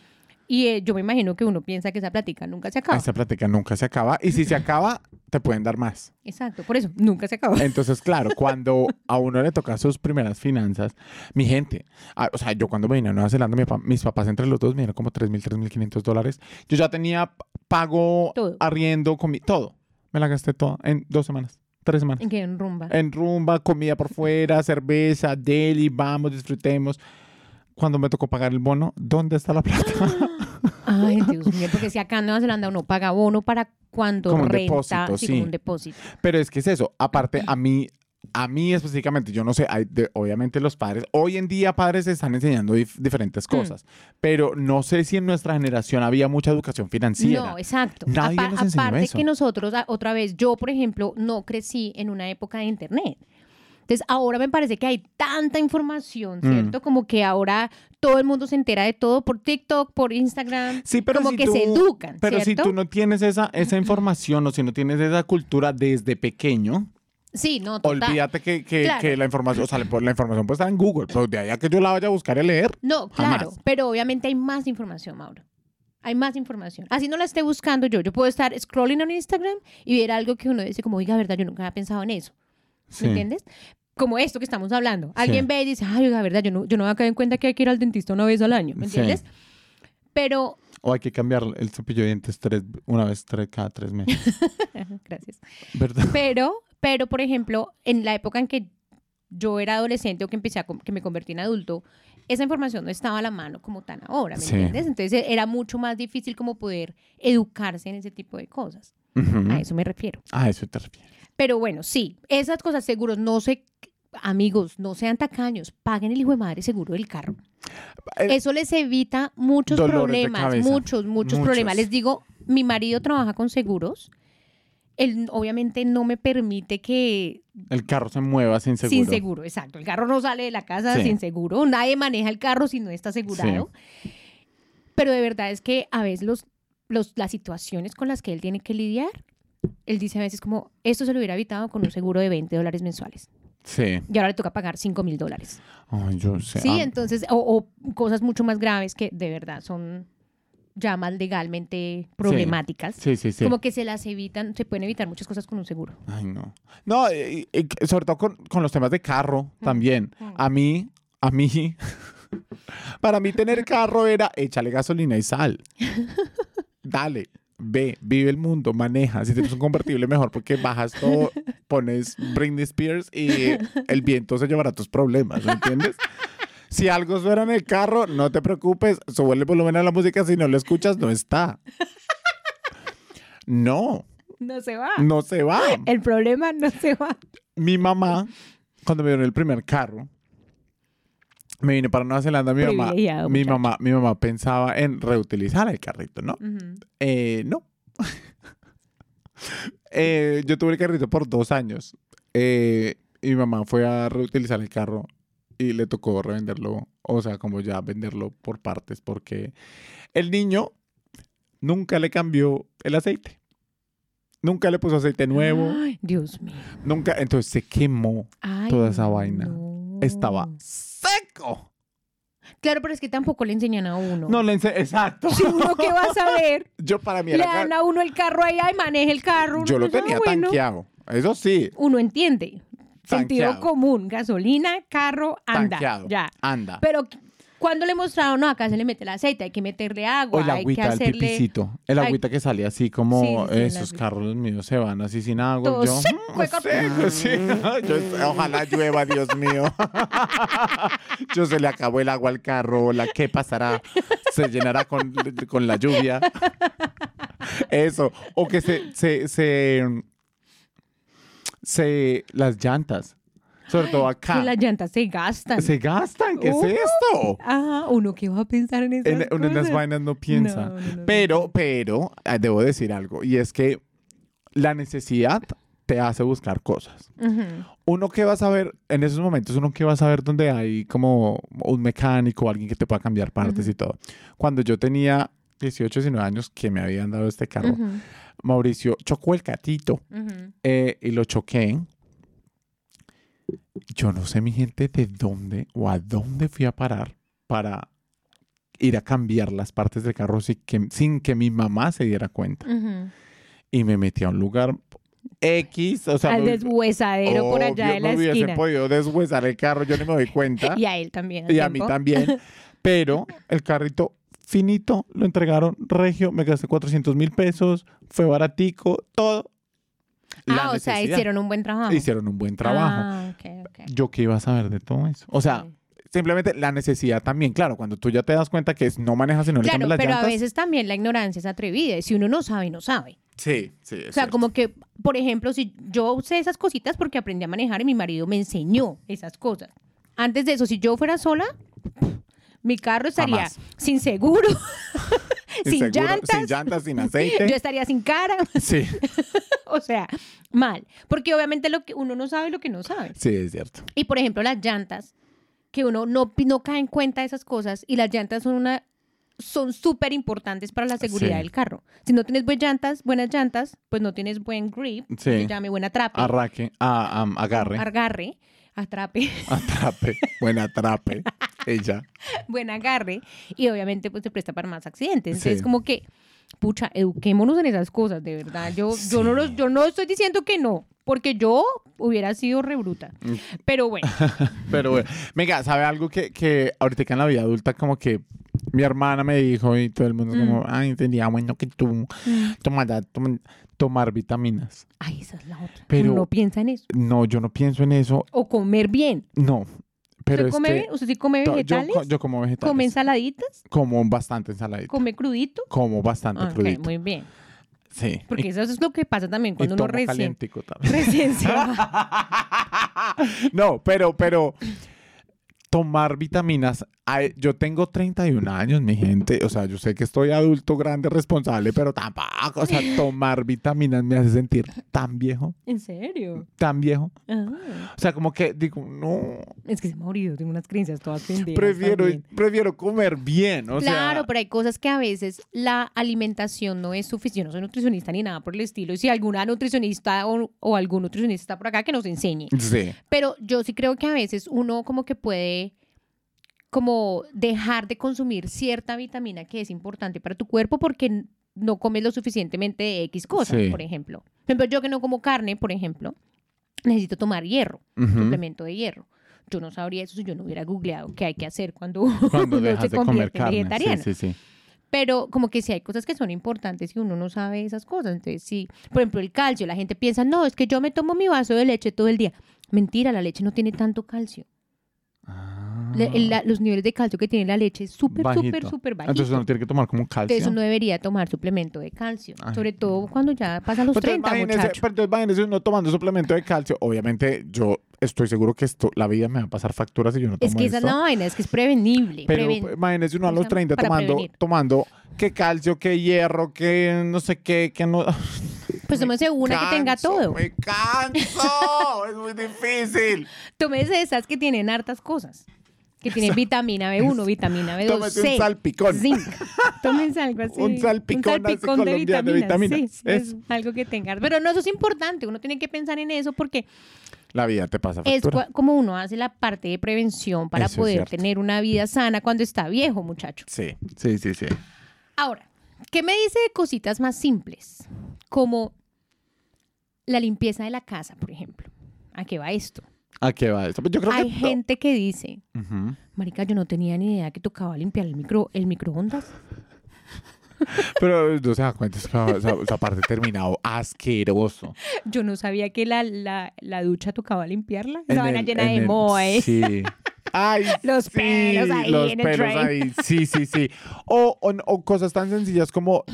A: Y eh, yo me imagino que uno piensa que esa plática nunca se acaba.
B: Esa plática nunca se acaba. Y si se acaba, te pueden dar más.
A: Exacto, por eso, nunca se acaba.
B: Entonces, claro, cuando a uno le toca sus primeras finanzas, mi gente, a- o sea, yo cuando me vine a Nueva Zelanda, mi papá- mis papás entre los dos me dieron como 3.000, 3.500 dólares. Yo ya tenía pago,
A: Todo.
B: arriendo, comi todo. Me la gasté toda en dos semanas, tres semanas.
A: En que en rumba.
B: En rumba, comida por fuera, cerveza, deli, vamos, disfrutemos. Cuando me tocó pagar el bono, ¿dónde está la plata?
A: Ay, Dios mío, porque si acá en Nueva Zelanda uno paga bono para cuando
B: Como un
A: renta,
B: depósito,
A: como
B: sí.
A: un depósito.
B: Pero es que es eso. Aparte, a mí, a mí específicamente, yo no sé, hay de- obviamente los padres, hoy en día padres están enseñando dif-
A: Mm.
B: diferentes cosas, pero no sé si en nuestra generación había mucha educación financiera.
A: No, exacto.
B: Nadie nos enseñó
A: aparte
B: eso.
A: que nosotros, a- otra vez, yo, por ejemplo, no crecí en una época de internet. Entonces, ahora me parece que hay tanta información,
B: Mm.
A: ¿cierto? Como que ahora todo el mundo se entera de todo por TikTok, por Instagram.
B: Sí, pero
A: como
B: si
A: que
B: tú-
A: se educan,
B: Pero si
A: ¿cierto?
B: tú no tienes esa, esa información o si no tienes esa cultura desde pequeño,
A: Sí, no, total.
B: olvídate que, que-
A: Claro.
B: que la información, o sea, la información puede estar en Google, pero de allá que yo la vaya a buscar y leer.
A: No,
B: Jamás.
A: claro, pero obviamente hay más información, Mauro. Hay más información. Así no la esté buscando yo. Yo puedo estar scrolling en Instagram y ver algo que uno dice como, oiga, verdad, yo nunca había pensado en eso. ¿Me
B: Sí.
A: entiendes? Como esto que estamos hablando. Alguien
B: Sí.
A: ve y dice, ay, oiga, verdad, yo no, yo no había caído en cuenta que hay que ir al dentista una vez al año. ¿Me
B: Sí.
A: entiendes? Pero,
B: O hay que cambiar el cepillo de dientes tres, una vez tres, cada tres meses.
A: gracias.
B: ¿Verdad?
A: Pero, pero, por ejemplo, en la época en que yo era adolescente o que empecé a com- que me convertí en adulto, esa información no estaba a la mano como tan ahora, ¿me
B: Sí.
A: entiendes? Entonces e- era mucho más difícil como poder educarse en ese tipo de cosas.
B: Ujú.
A: A eso me refiero.
B: A eso te refieres.
A: Pero bueno, sí, esas cosas seguros, no sé, amigos, no sean tacaños, paguen el hijo de madre seguro del carro.
B: Eh,
A: Eso les evita muchos
B: Dolores de
A: problemas,
B: cabeza.
A: muchos, muchos,
B: Muchos.
A: problemas. Les digo, mi marido trabaja con seguros. Él obviamente no me permite que
B: El carro se mueva sin seguro.
A: Sin seguro, exacto. El carro no sale de la casa
B: Sí.
A: sin seguro. Nadie maneja el carro si no está asegurado. Pero de verdad es que a veces los, los, las situaciones con las que él tiene que lidiar, él dice a veces como, esto se lo hubiera evitado con un seguro de 20 dólares mensuales.
B: Sí.
A: Y ahora le toca pagar 5 mil dólares.
B: Ay, yo sé.
A: Sí,
B: Ah,
A: entonces, o, o cosas mucho más graves que de verdad son ya más legalmente problemáticas.
B: sí, sí, sí.
A: Como que se las evitan, se pueden evitar muchas cosas con un seguro.
B: Ay, no. No, eh, eh, eh, sobre todo con, con los temas de carro también.
A: Mm.
B: A mí, a mí, para mí tener carro era échale gasolina y sal. Dale, ve, vive el mundo, maneja. Si tienes un convertible, mejor porque bajas todo, pones Britney Spears y el viento se llevará tus problemas, ¿me entiendes? Si algo suena en el carro, no te preocupes, sube el volumen a la música, si no lo escuchas, no está. No,
A: No se va.
B: no se va
A: El problema no se va.
B: mi mamá, cuando me dieron el primer carro, me vine para Nueva Zelanda, mi mamá,
A: Privilegiado,
B: mi
A: muchacho.
B: mamá, mi mamá pensaba en reutilizar el carrito, ¿no?
A: Ujú.
B: Eh, no. Eh, yo tuve el carrito por dos años. Eh, y mi mamá fue a reutilizar el carro y le tocó revenderlo, o sea, como ya venderlo por partes, porque el niño nunca le cambió el aceite. Nunca le puso aceite nuevo,
A: Ay, Dios mío.
B: nunca, entonces se quemó.
A: Ay,
B: Toda esa vaina
A: no.
B: estaba
A: Mm.
B: seco.
A: Claro, pero es que tampoco le enseñan a uno.
B: No le ense- exacto.
A: Si uno qué va a saber,
B: Yo para mí
A: le
B: era
A: dan
B: car-
A: a uno el carro ahí, ay, maneja el carro. uno
B: yo lo
A: dice, ah,
B: tenía
A: bueno.
B: tanqueado. Eso sí,
A: Uno entiende. Sentido
B: Tanqueado.
A: común, gasolina, carro, anda.
B: tanqueado.
A: Ya.
B: Anda.
A: Pero cuando le mostraron, no, acá se le mete el aceite, hay que meterle agua,
B: o el
A: hay que
B: agüita, el
A: hacerle
B: pipicito. El
A: Ay.
B: agüita que salía así como
A: Sí, sí, sí, el
B: esos
A: agüita.
B: carros míos se van así sin agua.
A: Todo
B: yo,
A: seco,
B: mm, seco, sí. Yo- ojalá llueva, Dios mío. yo se le acabó el agua al carro. La, ¿Qué pasará? Se llenará con, con la lluvia. Eso. O que se, se, se, se- las llantas. Sobre todo acá.
A: que las llantas se gastan.
B: Se gastan. ¿Qué
A: Uh.
B: es esto?
A: Ajá, uno qué va a pensar en esas
B: en, uno en las
A: cosas?
B: vainas no piensa.
A: No, no, no,
B: pero, pero, ah, debo decir algo, y es que la necesidad te hace buscar cosas.
A: Ujú.
B: Uno que va a saber, en esos momentos, uno que va a saber dónde hay como un mecánico, alguien que te pueda cambiar partes y todo. Cuando yo tenía 18, 19 años que me habían dado este carro.
A: Ujú,
B: Mauricio chocó el catito
A: ujú.
B: eh, y lo choqué. Yo no sé, mi gente, de dónde o a dónde fui a parar para ir a cambiar las partes del carro sin que, sin que mi mamá se diera cuenta.
A: Ujú.
B: Y me metí a un lugar X, o sea,
A: Al
B: me-
A: deshuesadero por allá
B: obvio
A: de la
B: me hubiese
A: esquina.
B: podido deshuesar el carro, yo no me doy cuenta.
A: Y a él también. al
B: y a mí
A: tiempo.
B: también. Pero el carrito finito lo entregaron regio, me gasté 400 mil pesos, fue baratico, todo. La
A: Ah, o sea,
B: necesidad.
A: hicieron un buen trabajo.
B: Hicieron un buen trabajo.
A: Ah, ok, ok.
B: Yo qué iba a saber de todo eso. O sea, simplemente la necesidad también. Claro, cuando tú ya te das cuenta que es no manejas sino no le
A: Claro,
B: cambias las
A: pero a
B: llantas.
A: veces también la ignorancia es atrevida. y Si uno no sabe, no sabe.
B: Sí, sí. es
A: O sea,
B: cierto.
A: como que, por ejemplo, si yo sé esas cositas porque aprendí a manejar y mi marido me enseñó esas cosas. Antes de eso, si yo fuera sola, mi carro estaría
B: Jamás.
A: sin seguro, sin,
B: seguro,
A: llantas,
B: Sin llantas, sin
A: yo
B: aceite.
A: estaría sin cara,
B: Sí,
A: o sea, mal. Porque obviamente lo que uno no sabe lo que no sabe.
B: sí, es cierto.
A: Y por ejemplo, las llantas, que uno no, pi- no cae en cuenta de esas cosas y las llantas son una son súper importantes para la seguridad
B: Sí.
A: del carro. Si no tienes buenas llantas, buenas llantas, pues no tienes buen grip,
B: Sí.
A: que llame buena trape,
B: Arraque, ah, am, agarre,
A: agarre, atrape,
B: atrape, buen atrape. Ella.
A: buen agarre y obviamente pues te presta para más accidentes.
B: Sí.
A: Entonces como que pucha, eduquémonos en esas cosas, de verdad. Yo yo no los, yo no estoy diciendo que no, porque yo hubiera sido rebruta.
B: Mm.
A: Pero bueno,
B: Pero bueno, venga, ¿sabe algo que, que ahorita en la vida adulta como que mi hermana me dijo y todo el mundo
A: Mm.
B: como, ay, entendía, bueno, que tú tomara- toma- tomar vitaminas.
A: ay, esa es la otra.
B: Pero-
A: Uno no piensa en eso
B: No, yo no pienso en eso,
A: o comer bien.
B: no. Pero
A: ¿Usted,
B: es
A: come,
B: que
A: ve- ¿Usted sí come
B: to- yo,
A: vegetales?
B: co- yo como vegetales.
A: ¿Come ensaladitas?
B: Como bastante ensaladita.
A: ¿Come crudito?
B: Como bastante
A: Ah, ok,
B: crudito.
A: muy bien.
B: Sí.
A: Porque
B: y,
A: eso es lo que pasa también
B: y
A: cuando uno
B: tomo
A: recién,
B: calientico también.
A: recién se va.
B: no, pero, pero tomar vitaminas. ay, yo tengo 31 años, mi gente. O sea, yo sé que estoy adulto, grande, responsable, pero tampoco. O sea, tomar vitaminas me hace sentir tan viejo,
A: ¿En serio?
B: tan viejo.
A: Ah,
B: O sea, como que digo, no,
A: es que se me ha morido, tengo unas creencias todas pendejas.
B: prefiero,
A: también.
B: prefiero comer bien. O
A: claro,
B: sea,
A: pero hay cosas que a veces la alimentación no es suficiente. Yo no soy nutricionista ni nada por el estilo. Y si alguna nutricionista o, o algún nutricionista está por acá, que nos enseñe.
B: sí.
A: Pero yo sí creo que a veces uno como que puede como dejar de consumir cierta vitamina que es importante para tu cuerpo porque n- no comes lo suficientemente de X cosas,
B: Sí.
A: por ejemplo. Por ejemplo, yo que no como carne, por ejemplo, necesito tomar hierro,
B: Ujú.
A: suplemento de hierro. Yo no sabría eso si yo no hubiera googleado qué hay que hacer cuando,
B: Cuando
A: uno
B: dejas
A: se
B: de comer
A: convierte en
B: carne.
A: vegetariano.
B: Sí, sí, sí.
A: Pero como que sí hay cosas que son importantes y uno no sabe esas cosas. Entonces, sí, por ejemplo, el calcio, la gente piensa, no, es que yo me tomo mi vaso de leche todo el día. Mentira, la leche no tiene tanto calcio. Le- el- la- los niveles de calcio que tiene la leche es súper, súper,
B: Bajito.
A: súper bajito.
B: Ah, Entonces uno tiene que tomar como calcio.
A: Entonces, uno debería tomar suplemento de calcio,
B: Ay. Pues,
A: sobre todo cuando ya pasan los
B: Pero entonces
A: 30,
B: imagínese-
A: muchachos.
B: pero entonces imagínese uno tomando suplemento de calcio. Obviamente, yo estoy seguro que esto, la vida me va a pasar facturas si yo no tomo
A: Es que esa es
B: esto.
A: la vaina, es que es prevenible.
B: pues, Pero
A: preven-
B: pues, imagínese uno a
A: ¿cómo
B: los
A: se llama?
B: 30
A: Para
B: tomando,
A: prevenir.
B: tomando que calcio, que hierro, que no sé qué, que no.
A: Pues tómese una que tenga
B: Canso,
A: todo.
B: Me canso, es muy difícil.
A: Tómese esas que tienen hartas cosas. Que tienen vitamina B1, vitamina B2,
B: Tómese un
A: C,
B: salpicón.
A: zinc. Tómense algo así.
B: Un salpicón así
A: de
B: colombiano de
A: vitaminas.
B: vitaminas,
A: Sí, es algo que tenga. Pero no, eso es importante. Uno tiene que pensar en eso porque
B: La vida te pasa
A: es
B: factura.
A: cua- como uno hace la parte de prevención para
B: Eso es
A: poder
B: cierto.
A: tener una vida sana cuando está viejo, muchacho.
B: Sí, sí, sí, sí.
A: Ahora, ¿qué me dice de cositas más simples? Como la limpieza de la casa, por ejemplo. ¿A qué va esto?
B: ¿A qué va esto? Pues Yo creo
A: Hay
B: que.
A: gente que dice,
B: Ujú.
A: marica, yo no tenía ni idea que tocaba limpiar el, micro, el microondas.
B: Pero no se da cuenta, es que esa, esa parte terminado asqueroso.
A: Yo no sabía que la, la, la ducha tocaba limpiarla.
B: En
A: Esa vaina
B: el-
A: llena
B: en
A: de ¿eh?
B: el-
A: moe.
B: Sí. Ay,
A: Los
B: sí,
A: pelos ahí
B: los
A: en el
B: pelos
A: tren.
B: ahí. Sí, sí, sí. O, o- o cosas tan sencillas como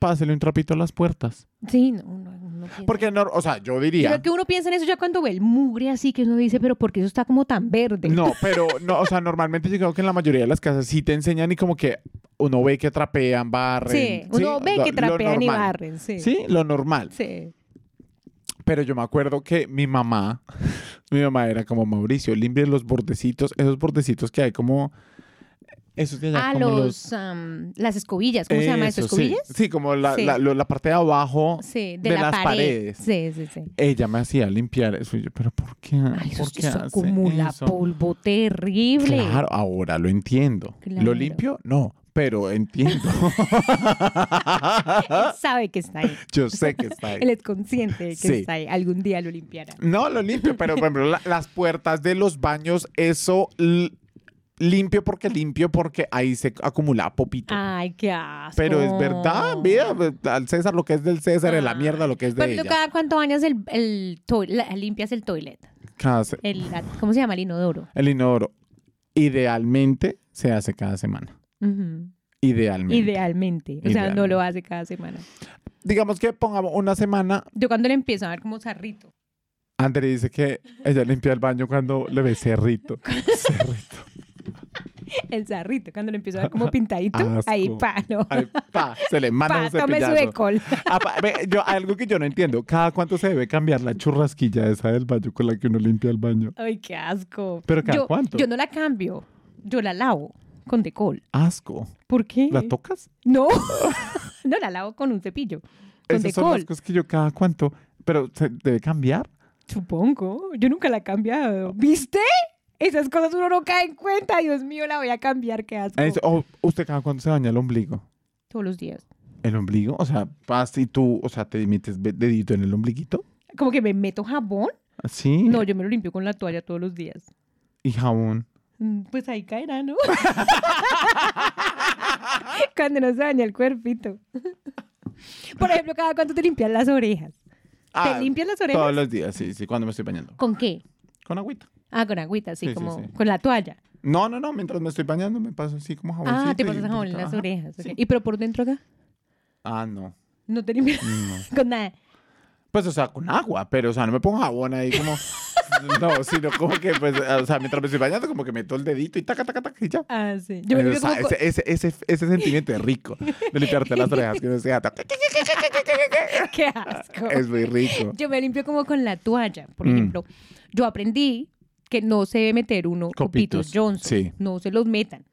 B: pásele un trapito a las puertas.
A: Sí, no, no, no piensa.
B: Porque no, o sea, yo
A: Creo
B: diría.
A: que uno piensa en eso ya cuando ve el mugre así, que uno dice, pero ¿por qué eso está como tan verde?
B: No, pero no, o sea, normalmente yo creo que en la mayoría de las casas sí te enseñan y como que uno ve que trapean, barren.
A: Sí, uno ve
B: Lo-
A: que
B: lo
A: trapean y
B: normal.
A: barren, sí.
B: Sí, lo normal.
A: Sí.
B: Pero yo me acuerdo que mi mamá, mi mamá era como Mauricio, limpia los bordecitos, esos bordecitos que hay como Eso de allá,
A: Ah,
B: como
A: los,
B: los...
A: am, las escobillas, ¿cómo se llama eso?
B: Eso,
A: ¿Escobillas?
B: Sí, sí como la,
A: Sí.
B: la- lo- la parte de abajo.
A: Sí, de,
B: De
A: la
B: las
A: pared.
B: paredes.
A: Sí, sí, sí.
B: Ella me hacía limpiar eso. Y yo, pero ¿por qué?
A: Ay, eso,
B: ¿Por qué
A: eso
B: hace
A: acumula
B: eso?
A: polvo terrible.
B: Claro, ahora lo entiendo.
A: Claro.
B: ¿Lo limpio? No, pero entiendo.
A: Él sabe que está ahí.
B: yo sé que está ahí.
A: Él es consciente de que
B: Sí.
A: está ahí. Algún día lo limpiará.
B: No, lo limpio, pero por ejemplo, la- las puertas de los baños, eso l- limpio porque limpio porque ahí se acumula popito.
A: Ay, qué Ah, asco. Ah.
B: pero es verdad, mira, al César lo que es del César, es la mierda lo que es de
A: Pero
B: ella.
A: tú cada cuánto bañas el, el toi- la- limpias el toilet.
B: Cada se-
A: El, la- ¿Cómo se llama? El inodoro.
B: el inodoro, idealmente se hace cada semana.
A: Ujú.
B: Idealmente.
A: Idealmente. O sea, no
B: Idealmente.
A: lo hace cada semana.
B: Digamos que pongamos una semana.
A: Yo cuando le empiezo a ver como zarrito.
B: André dice que ella limpia el baño cuando le ve cerrito. cerrito.
A: El zarrito. Cuando le empiezo a ver como pintadito.
B: Asco. Ah,
A: Ahí, pa, no.
B: Ay, pa, se le manda
A: Pa,
B: un
A: tome su
B: cepillazo.
A: decol.
B: Ah, pa- ve, yo, algo que yo no entiendo, ¿cada cuánto se debe cambiar la churrasquilla esa del baño con la que uno limpia el baño?
A: Ay, qué asco.
B: ¿Pero cada
A: yo,
B: cuánto?
A: Yo no la cambio. Yo la lavo con decol.
B: Asco.
A: ¿Por qué?
B: ¿La tocas?
A: no. no, la lavo con un cepillo. Con
B: Esas son las
A: decol.
B: cosas que yo cada cuánto, pero ¿se debe cambiar?
A: Supongo. Yo nunca la he cambiado. ¿Viste? Esas cosas uno no cae en cuenta. Dios mío, la voy a cambiar. Qué asco.
B: Es- o ¿Usted cada cuánto se baña el ombligo?
A: Todos los días.
B: ¿El ombligo? O sea, vas y tú, o sea, te metes ve- dedito en el ombliguito.
A: Como que me meto jabón.
B: Sí.
A: No, yo me lo limpio con la toalla todos los días.
B: Y jabón.
A: Mm, Pues ahí caerá, ¿no? Cuando no se daña el cuerpito. Por ejemplo, cada cuánto te limpias las orejas.
B: Ah,
A: ¿Te limpias las orejas?
B: Todos los días, sí, sí, cuando me estoy bañando.
A: ¿Con qué?
B: Con agüita.
A: Ah, con agüita, así
B: Sí, sí,
A: como
B: sí.
A: con la toalla.
B: No, no, no, mientras me estoy bañando me paso así como jabón.
A: ah, te pasas jabón en las orejas. ok. ¿Y pero por dentro acá?
B: Ah, no.
A: No te limpias
B: No.
A: con nada.
B: Pues, o sea, con agua, pero, o sea, no me pongo jabón ahí como... No, sino como que, pues, o sea, mientras me estoy bañando, como que meto el dedito y taca, taca, taca, y ya.
A: Ah, sí. Yo me
B: Pero,
A: limpio
B: o
A: como
B: sea,
A: con-
B: ese, ese, ese, ese sentimiento es rico de limpiarte las orejas, que no sea... ta-
A: ¡Qué asco!
B: Es muy rico.
A: Yo me limpio como con la toalla, por
B: Mm.
A: ejemplo. Yo aprendí que no se debe meter uno copitos,
B: Copitos,
A: Johnson.
B: sí.
A: No se los metan.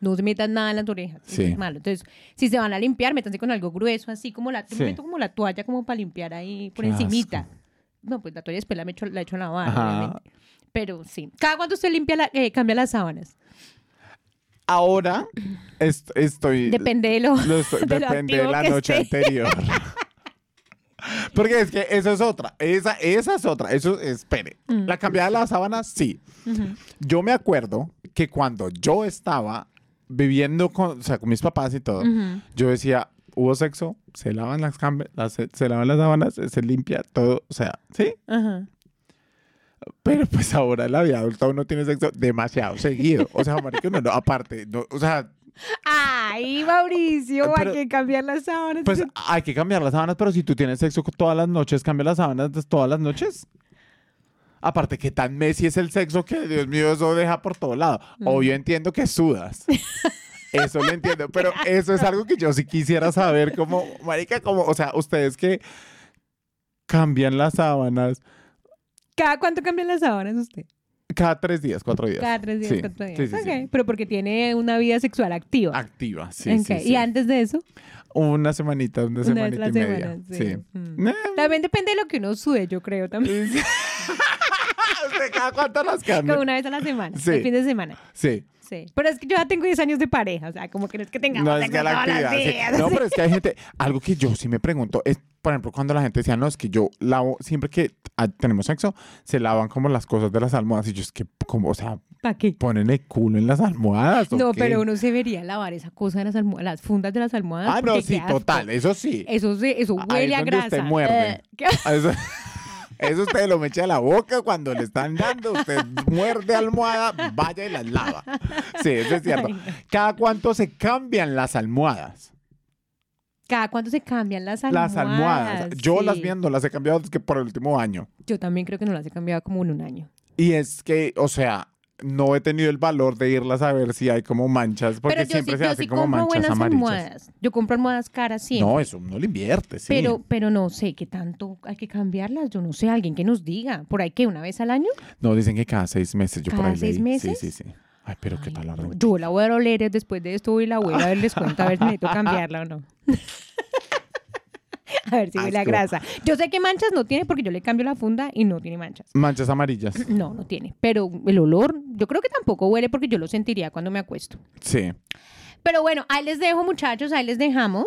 A: No se metan nada en las orejas. eso
B: Sí.
A: Es malo. Entonces, si se van a limpiar, métanse con algo grueso, así como la, yo me
B: Sí.
A: meto como la toalla, como para limpiar ahí por
B: Qué
A: encimita.
B: asco.
A: No, pues la toalla después la me echo, la echo a lavar,
B: Ajá.
A: obviamente. Pero sí. ¿Cada cuánto usted limpia la, eh, cambia las sábanas?
B: Ahora est- estoy...
A: Depende de lo...
B: Lo estoy-
A: de lo
B: depende de
A: activo
B: la
A: que
B: noche
A: esté.
B: anterior. Porque es que esa es otra, esa, esa es otra, eso, espere.
A: Mm.
B: La cambiada de la sábana, sí. Yo me acuerdo que cuando yo estaba viviendo con, o sea, con mis papás y todo,
A: Ujú.
B: yo decía, hubo sexo, se lavan las, cambe- las- se, se lavan las sábanas, se, se limpia todo, o sea, sí.
A: Ajá.
B: Pero pues ahora en la vida adulta uno tiene sexo demasiado seguido. O sea, marica, uno no, aparte, no, o sea,
A: Ay, Mauricio,
B: Eh, Pero-
A: hay que cambiar las sábanas.
B: Pues hay que cambiar las sábanas, pero si tú tienes sexo con- todas las noches, cambia las sábanas todas las noches. Aparte, que tan Messi es el sexo que, Dios mío, eso deja por todo lado.
A: Mm.
B: Obvio, entiendo que sudas. Eso lo entiendo, pero eso es algo que yo sí quisiera saber, como, marica, como, o sea, ustedes que cambian las sábanas
A: ¿Cada cuánto cambian las sábanas usted?
B: cada tres días, cuatro días.
A: Cada tres días,
B: Sí,
A: cuatro días.
B: sí, sí, sí.
A: Ok, Pero porque tiene una vida sexual activa.
B: Activa, sí,
A: Ok,
B: sí,
A: ¿Y
B: sí.
A: antes de eso?
B: Una semanita, una,
A: una vez
B: semanita
A: la
B: y media.
A: semana. sí.
B: sí.
A: Mm. También depende de lo que uno sude, yo creo también.
B: ¿Usted cada cuánto las cambia?
A: Como una vez a la semana,
B: Sí.
A: el fin de semana.
B: Sí.
A: Sí. Pero es que yo ya tengo 10 años de pareja, o sea, como que no es que tengamos
B: No es
A: sexo
B: que la
A: todos los
B: actividad, sí.
A: días.
B: No, pero es que hay gente. Algo que yo sí me pregunto es, por ejemplo, cuando la gente decía, no, es que yo lavo, siempre que ah, tenemos sexo, se lavan como las cosas de las almohadas. Y yo es que, como, o sea,
A: ¿Para qué?
B: ponen el culo en las almohadas. ¿o
A: No,
B: qué?
A: pero uno se vería lavar esa cosa de las almohadas, las fundas de las almohadas.
B: Ah, no,
A: porque
B: sí,
A: qué asco. Eh.
B: total, eso sí.
A: Eso, se, eso
B: Ahí
A: huele
B: es
A: a
B: donde
A: grasa.
B: usted muerde.
A: Eh, ¿qué?
B: Eso, eso usted lo me echa a la boca cuando le están dando. Usted muerde almohada, vaya y las lava. Sí, eso es cierto.
A: Ay, no.
B: ¿Cada cuánto se cambian las almohadas?
A: Cada cuánto se cambian las almohadas.
B: Las almohadas. Yo las
A: sí.
B: viendo, las he cambiado desde que por el último año.
A: Yo también creo que no las he cambiado como en un año.
B: Y es que, o sea, no he tenido el valor de irlas a ver si hay como manchas, porque
A: pero yo
B: siempre
A: sí,
B: se
A: yo
B: hacen
A: sí
B: como
A: compro
B: manchas
A: buenas
B: amarillas.
A: almohadas. Yo compro almohadas caras siempre.
B: No, eso uno lo invierte, sí.
A: Pero, pero no sé qué tanto hay que cambiarlas. Yo no sé, alguien que nos diga. ¿Por ahí qué? ¿Una vez al año?
B: No, dicen que cada seis meses, yo por
A: ¿Cada
B: ahí
A: seis
B: leí.
A: meses?
B: Sí, sí, sí. Ay, pero qué
A: Ay,
B: tal la
A: no,
B: ropa.
A: Yo la voy a oler eh, después de esto y la voy a ver, les cuento a ver si necesito cambiarla o no. a ver si huele la
B: Asco.
A: grasa. Yo sé que manchas no tiene porque yo le cambio la funda y no tiene manchas.
B: Manchas amarillas.
A: No, no tiene. Pero el olor, yo creo que tampoco huele porque yo lo sentiría cuando me acuesto.
B: Sí.
A: Pero bueno, ahí les dejo, muchachos, ahí les dejamos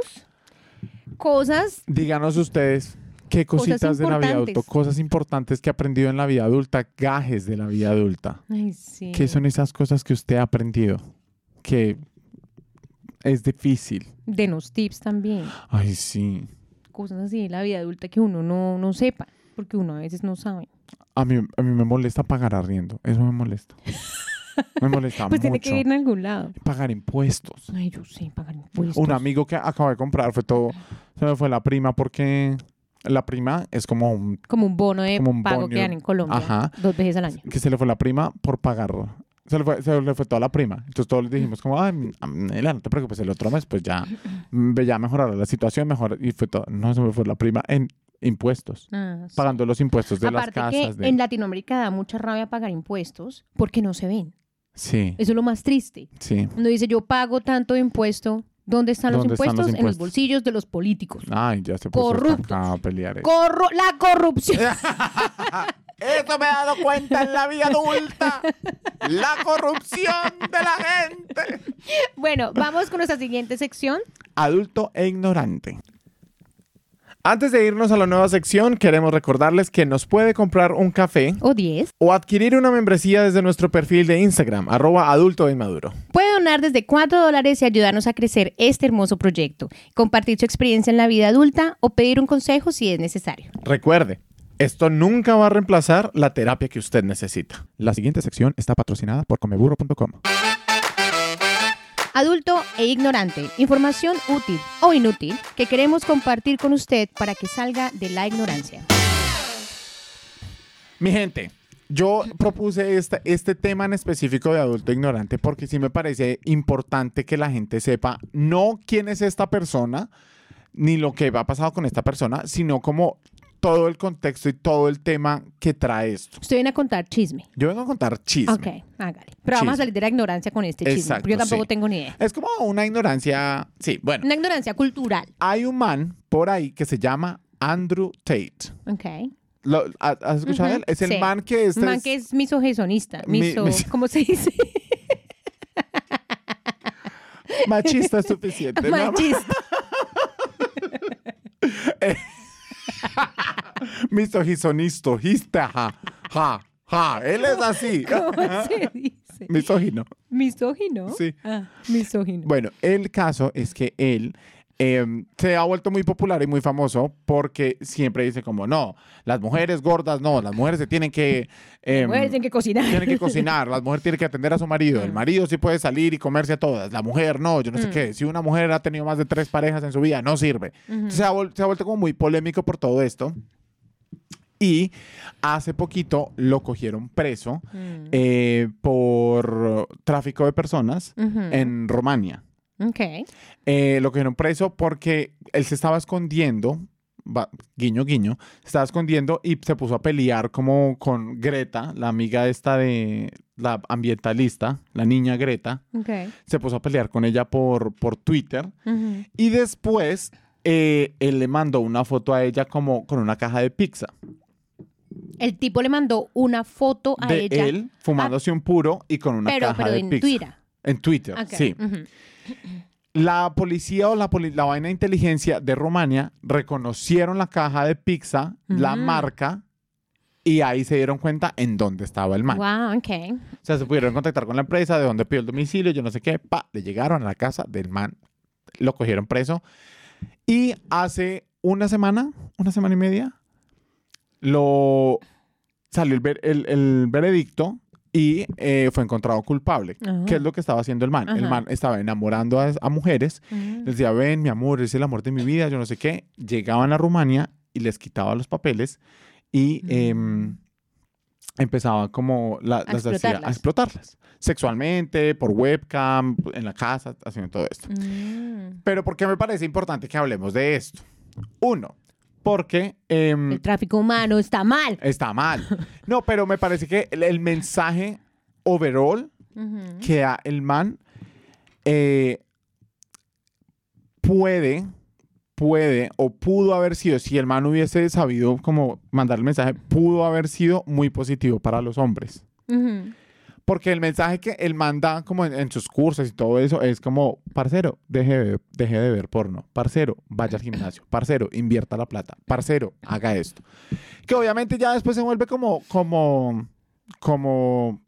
A: cosas
B: Díganos ustedes qué
A: Cosas
B: cositas de la vida adulta,
A: importantes.
B: cosas importantes que ha aprendido en la vida adulta, gajes de la vida adulta.
A: Ay, sí.
B: ¿Qué son esas cosas que usted ha aprendido? Que es difícil.
A: Denos tips también.
B: Ay, sí.
A: Cosas así de la vida adulta que uno no, no sepa, porque uno a veces no sabe.
B: A mí, a mí me molesta pagar arriendo. Eso me molesta. Me molesta
A: Pues tiene
B: mucho.
A: que ir en algún lado.
B: Pagar impuestos.
A: Ay, yo sé, pagar impuestos.
B: Un amigo que acabo de comprar fue todo. Se me fue la prima porque la prima es como un
A: Como un bono de
B: Como un
A: pago
B: bono.
A: que dan en Colombia.
B: Ajá.
A: Dos veces al año.
B: que se le fue la prima por pagarlo. Se le fue, se le fue toda la prima. Entonces todos le dijimos como, ay, mm, mm, Nela, no te preocupes, el otro mes pues ya, mm, ya mejorará la situación, mejor. Y fue todo. No, se me fue la prima en impuestos.
A: Ah, sí.
B: Pagando los impuestos de
A: Aparte
B: las casas.
A: que
B: de-
A: en Latinoamérica da mucha rabia pagar impuestos porque no se ven.
B: Sí,
A: Eso es lo más triste.
B: sí.
A: Uno dice, yo pago tanto de impuesto. ¿Dónde están, los,
B: ¿Dónde
A: impuestos?
B: están los
A: En los
B: impuestos?
A: bolsillos de los políticos.
B: Ay, ya se puso esta
A: Corruptos.
B: acá a pelear. eh.
A: Corru- la corrupción.
B: Eso me he dado cuenta en la vida adulta. La corrupción de la gente.
A: bueno, vamos con nuestra siguiente sección.
B: Adulto e ignorante.
C: Antes de irnos a la nueva sección, queremos recordarles que nos puede comprar un café
A: O 10.
C: o adquirir una membresía desde nuestro perfil de Instagram, arroba adulto e inmaduro.
A: Puede donar desde 4 dólares y ayudarnos a crecer este hermoso proyecto, compartir su experiencia en la vida adulta o pedir un consejo si es necesario.
C: Recuerde, esto nunca va a reemplazar la terapia que usted necesita.
B: La siguiente sección está patrocinada por comeburro.com.
A: Adulto e ignorante, información útil o inútil que queremos compartir con usted para que salga de la ignorancia.
B: Mi gente, yo propuse esta- este tema en específico de adulto ignorante porque sí me parece importante que la gente sepa no quién es esta persona, ni lo que ha pasado con esta persona, sino como todo el contexto y todo el tema que trae esto.
A: Usted viene a contar chisme.
B: Yo vengo a contar chisme.
A: Ok, hágale. Pero vamos a
B: Chisme.
A: salir de la ignorancia con este chisme,
B: Exacto,
A: porque yo tampoco
B: sí.
A: tengo ni idea.
B: Es como una ignorancia, sí, bueno.
A: Una ignorancia cultural.
B: Hay un man por ahí que se llama Andrew Tate.
A: Ok.
B: Lo- ¿Has has escuchado de él? Es el
A: sí.
B: man que este
A: Man
B: es-
A: que es misogesonista,
B: Mi-
A: miso,
B: mis-
A: ¿cómo se dice?
B: machista es suficiente. ¿no?
A: Machista.
B: Misogisonisto, hista, ja, ja, ja. Él es así.
A: ¿Cómo se dice?
B: Misógino.
A: Misógino.
B: Sí.
A: Ah, misógino.
B: Bueno, el caso es que él em, se ha vuelto muy popular y muy famoso porque siempre dice como, no, las mujeres gordas, no, las mujeres se tienen que... em,
A: Bueno, tienen que cocinar.
B: tienen que cocinar, la mujer tiene que atender a su marido, el marido sí puede salir y comerse a todas, la mujer no, yo no sé qué, si una mujer ha tenido más de tres parejas en su vida, no sirve. Entonces, se, ha vuel- se ha vuelto como muy polémico por todo esto. Y hace poquito lo cogieron preso
A: Mm.
B: eh, por tráfico de personas
A: Ujú.
B: en Rumania.
A: Ok.
B: Eh, lo cogieron preso porque él se estaba escondiendo, va- guiño, guiño, se estaba escondiendo y se puso a pelear como con Greta, la amiga esta de la ambientalista, la niña Greta,
A: Ok.
B: se puso a pelear con ella por, por Twitter
A: Ujú.
B: y después eh, él le mandó una foto a ella como con una caja de pizza
A: El tipo le mandó una foto a
B: de
A: ella. Ah.
B: él fumándose un puro y con una
A: pero
B: caja
A: pero
B: de
A: en
B: pizza.
A: Twitter.
B: En Twitter,
A: Ok.
B: sí.
A: Ujú.
B: La policía o la, poli- la vaina de inteligencia de Rumania reconocieron la caja de pizza, la
A: Ujú.
B: marca, y ahí se dieron cuenta en dónde estaba el man.
A: Wow, ok.
B: O sea, se pudieron contactar con la empresa, de dónde pidió el domicilio, yo no sé qué. Pa, le llegaron a la casa del man, lo cogieron preso. Y hace una semana, una semana y media, lo salió el, ver- el- el veredicto y eh, fue encontrado culpable.
A: Ajá.
B: ¿Qué es lo que estaba haciendo el man?
A: Ajá.
B: El man estaba enamorando a- a mujeres
A: Ujú.
B: les decía, ven, mi amor, es el amor de mi vida, yo no sé qué. Llegaban a Rumania y les quitaba los papeles y em,
A: Mm.
B: empezaba como la- las hacía a
A: explotarlas.
B: explotarlas. Sexualmente, por webcam, en la casa, haciendo todo esto.
A: Mm.
B: Pero ¿por qué me parece importante que hablemos de esto? Uno, porque... em,
A: El tráfico humano está mal.
B: Está mal. No, pero me parece que el, el mensaje overall
A: Ujú.
B: que a- el man eh, puede, puede o pudo haber sido, si el man hubiese sabido como mandar el mensaje, pudo haber sido muy positivo para los hombres.
A: Ujú.
B: Porque el mensaje que el man da como en, en sus cursos y todo eso es como, parcero, deje de, deje de ver porno, parcero, vaya al gimnasio, parcero, invierta la plata, parcero, haga esto. Que obviamente ya después se vuelve como, como, como,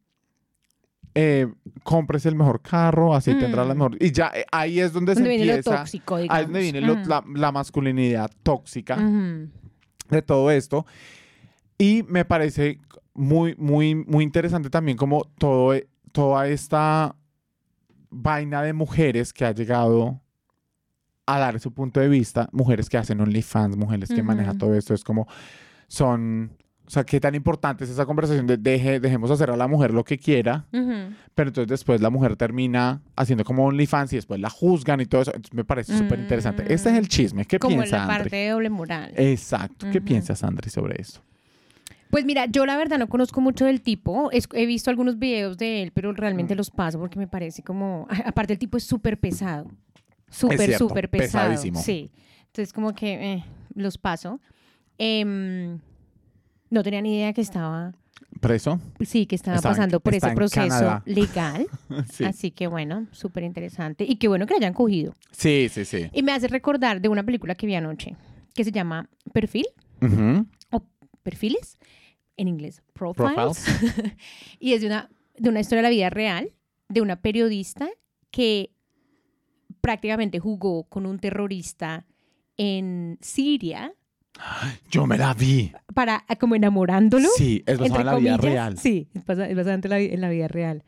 B: eh, compres el mejor carro, así
A: Mm.
B: tendrás la mejor... Y ya eh, ahí es donde,
A: Donde
B: se
A: viene lo
B: empieza...
A: tóxico, digamos.
B: Ahí es donde viene lo-
A: Ujú.
B: la, la masculinidad tóxica
A: Ujú.
B: de todo esto. Y me parece muy, muy, muy interesante también como todo, e- toda esta vaina de mujeres que ha llegado a dar su punto de vista, mujeres que hacen OnlyFans, mujeres que
A: Ujú.
B: manejan todo esto, es como son, o sea, qué tan importante es esa conversación de deje, dejemos hacer a la mujer lo que quiera,
A: Ujú.
B: pero entonces después la mujer termina haciendo como OnlyFans y después la juzgan y todo eso, entonces me parece súper interesante. Este es el chisme, ¿qué
A: Mm. Como
B: piensa Eh,
A: la
B: Andri?
A: parte de doble moral.
B: Exacto. ¿Qué
A: Ujú.
B: piensas, Andri, sobre eso?
A: Pues mira, yo la verdad no conozco mucho del tipo. Es- he visto algunos videos de él, pero
B: Mm.
A: realmente los paso porque me parece como. a- Aparte, el tipo es súper pesado. Súper,
B: cierto,
A: súper pesado.
B: pesadísimo.
A: Sí. Entonces, como que eh, los paso. Em, no tenía ni idea que estaba.
B: ¿Preso?
A: Sí, que estaba
B: Estaba en-
A: pasando por
B: está
A: ese
B: en
A: proceso
B: Canadá.
A: legal.
B: Sí.
A: Así que bueno, súper interesante. Y qué bueno que lo hayan cogido.
B: Sí, sí, sí.
A: Y me hace recordar de una película que vi anoche que se llama Perfil
B: Ujú.
A: o Perfiles en inglés, Profiles. y es de una, de una historia de la vida real de una periodista que prácticamente jugó con un terrorista en Siria
B: Yo me la vi.
A: para como enamorándolo.
B: Sí, es basado
A: entre
B: en la vida
A: comillas.
B: real.
A: Sí, es basa- es bastante la vi- en la vida real.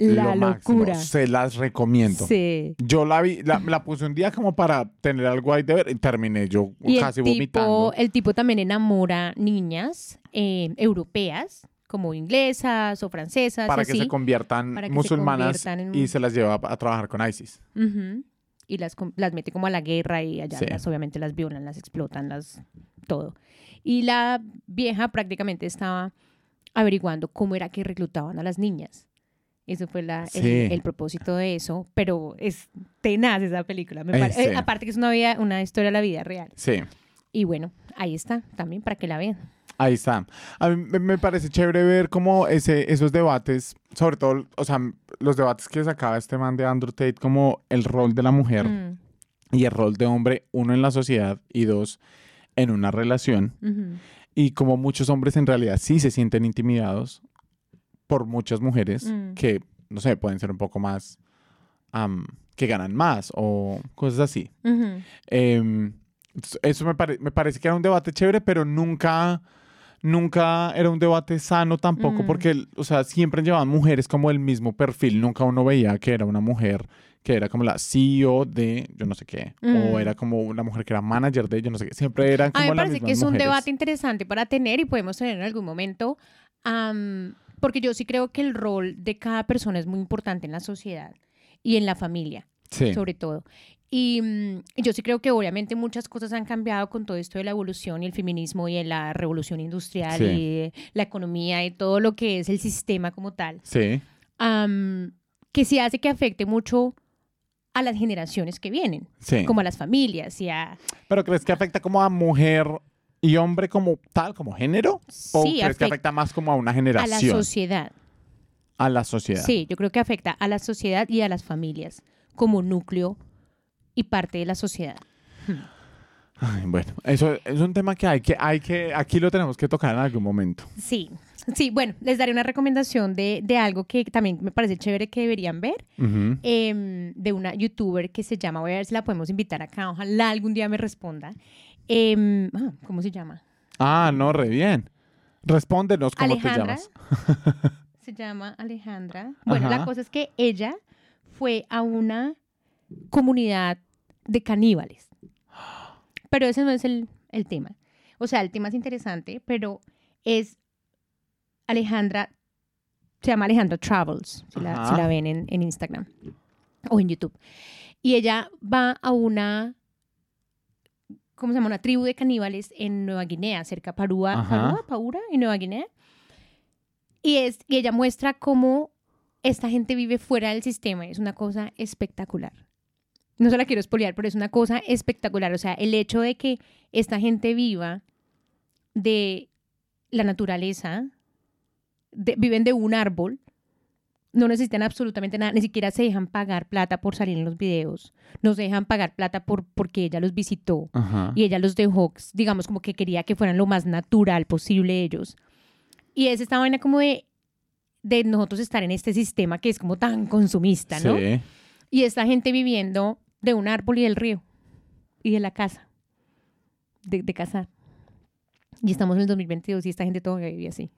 B: Lo
A: La
B: máximo.
A: locura.
B: Se las recomiendo.
A: Sí.
B: Yo la vi, la, la puse un día como para tener algo ahí de ver y terminé yo
A: Y
B: casi
A: el tipo,
B: vomitando.
A: El tipo también enamora niñas eh, europeas, como inglesas o francesas.
B: Para
A: y
B: que
A: así.
B: se conviertan
A: Para que se
B: musulmanas
A: conviertan en-
B: y se las lleva a, a trabajar con ISIS.
A: Ujú. Y las, com- las mete como a la guerra y allá
B: Sí.
A: las, obviamente las violan, las explotan, las todo. Y la vieja prácticamente estaba averiguando cómo era que reclutaban a las niñas. Eso fue la, el-
B: Sí.
A: el, propósito de eso, pero es tenaz esa película. me
B: Eh,
A: pare- eh,
B: sí.
A: aparte que es una, vida, una historia de la vida real.
B: Sí,
A: Y bueno, ahí está, también para que la vean.
B: ahí está. A mí me- me parece chévere ver como ese, esos debates, sobre todo, o sea, los debates que sacaba este man de Andrew Tate, como el rol de la mujer
A: Mm,
B: y el rol de hombre, uno en la sociedad y dos en una relación.
A: Mm, ujú.
B: Y como muchos hombres en realidad sí se sienten intimidados por muchas mujeres
A: Mm.
B: que, no sé, pueden ser un poco más, am, que ganan más o cosas así.
A: Ujú.
B: Em, s- eso me, pare- me parece que era un debate chévere, pero nunca, nunca era un debate sano tampoco,
A: Mm.
B: porque, el- o sea, siempre llevaban mujeres como el mismo perfil. Nunca uno veía que era una mujer que era como la CEO de yo no sé qué,
A: Mm.
B: o era como una mujer que era manager de yo no sé qué. Siempre eran
A: A
B: como
A: mí me
B: las
A: parece
B: mismas
A: que es un
B: mujeres.
A: debate interesante para tener y podemos tener en algún momento, am, porque yo sí creo que el rol de cada persona es muy importante en la sociedad y en la familia,
B: Sí.
A: sobre todo. Y mm, yo sí creo que obviamente muchas cosas han cambiado con todo esto de la evolución y el feminismo y en la revolución industrial
B: Sí.
A: y eh, la economía y todo lo que es el sistema como tal,
B: Sí.
A: am, que sí hace que afecte mucho a las generaciones que vienen,
B: Sí.
A: como a las familias y a...
B: ¿Pero crees que afecta como a mujer y hombre como tal, como género? ¿O crees
A: sí,
B: que
A: afecta
B: afecta más como a una
A: a la
B: generación?
A: sociedad.
B: A la sociedad.
A: Sí, yo creo que afecta a la sociedad y a las familias como núcleo y parte de la sociedad.
B: Ay, bueno, eso es un tema que hay que, hay que, aquí lo tenemos que tocar en algún momento.
A: Sí, sí, bueno, les daré una recomendación de, de algo que también me parece chévere que deberían ver,
B: Ujú.
A: em, de una youtuber que se llama, voy a ver si la podemos invitar acá, ojalá algún día me responda. Em, ah, ¿Cómo se llama?
B: Ah, no, re bien. Respóndenos cómo te
A: Alejandra.
B: llamas.
A: se llama Alejandra. Bueno,
B: Ajá.
A: la cosa es que ella fue a una comunidad de caníbales. Pero ese no es el, el tema. O sea, el tema es interesante, pero es Alejandra, se llama Alejandra Travels, si la,
B: Ajá.
A: si la ven en, en Instagram o en YouTube. Y ella va a una, ¿cómo se llama? Una tribu de caníbales en Nueva Guinea, cerca de Parúa,
B: Ajá.
A: Parúa, Paura, en Nueva Guinea. Y, es, y ella muestra cómo esta gente vive fuera del sistema, es una cosa espectacular. No se la quiero espolear, pero es una cosa espectacular. O sea, el hecho de que esta gente viva de la naturaleza, de- viven de un árbol, no necesitan absolutamente nada, ni siquiera se dejan pagar plata por salir en los videos, no se dejan pagar plata por, porque ella los visitó
B: Ajá.
A: y ella los dejó, digamos, como que quería que fueran lo más natural posible ellos. Y es esta vaina como de, de nosotros estar en este sistema que es como tan consumista, ¿no?
B: Sí.
A: Y esta gente viviendo de un árbol y del río y de la casa, de, de cazar. Y estamos en el 2022 y esta gente todavía vive así.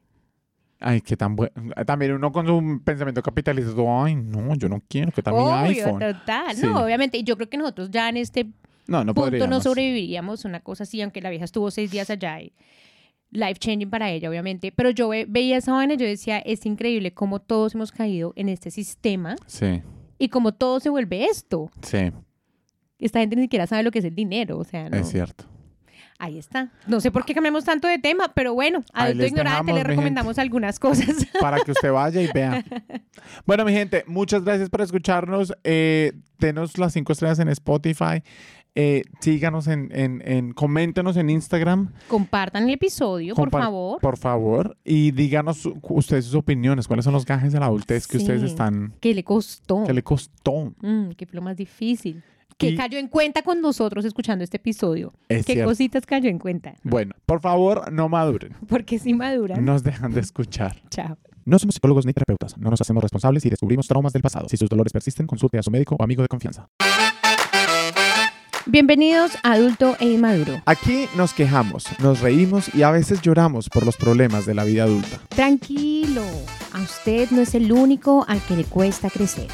B: Ay, qué tan bueno. También uno con su pensamiento capitalista, tú, ay, no, yo no quiero que también
A: Obvio,
B: iPhone.
A: total.
B: Sí.
A: No, obviamente. Y yo creo que nosotros ya en este
B: No, no
A: punto no
B: podríamos.
A: sobreviviríamos, una cosa así, aunque la vieja estuvo seis días allá y life changing para ella, obviamente. Pero yo ve- veía esa vaina y yo decía, es increíble cómo todos hemos caído en este sistema
B: Sí,
A: y cómo todo se vuelve esto.
B: sí,
A: Esta gente ni siquiera sabe lo que es el dinero, o sea, no.
B: es cierto.
A: ahí está. No sé por qué cambiamos tanto de tema, pero bueno,
B: Ahí
A: adulto
B: les
A: ignorante
B: dejamos,
A: le
B: mi
A: recomendamos algunas cosas.
B: Para que usted vaya y vea. Bueno, mi gente, muchas gracias por escucharnos. Eh, denos las cinco estrellas en Spotify. Eh, síganos en, en, en, coméntenos en Instagram.
A: Compartan el episodio, por
B: Compa-
A: favor.
B: Por favor. Y díganos su- ustedes sus opiniones. ¿Cuáles son los gajes de la adultez que
A: Sí.
B: ustedes están?
A: Que le costó.
B: que le costó?
A: Mm, que fue lo más difícil. Que
B: Y-
A: cayó en cuenta con nosotros escuchando este episodio.
B: Es
A: ¿Qué
B: cierto.
A: cositas cayó en cuenta?
B: Bueno, por favor, no maduren.
A: Porque si maduran.
B: Nos dejan de escuchar.
A: Chao.
C: No somos psicólogos ni terapeutas. No nos hacemos responsables si descubrimos traumas del pasado. Si sus dolores persisten, consulte a su médico o amigo de confianza.
A: Bienvenidos a Adulto e Inmaduro.
C: Aquí nos quejamos, nos reímos y a veces lloramos por los problemas de la vida adulta.
A: Tranquilo, a usted no es el único al que le cuesta crecer.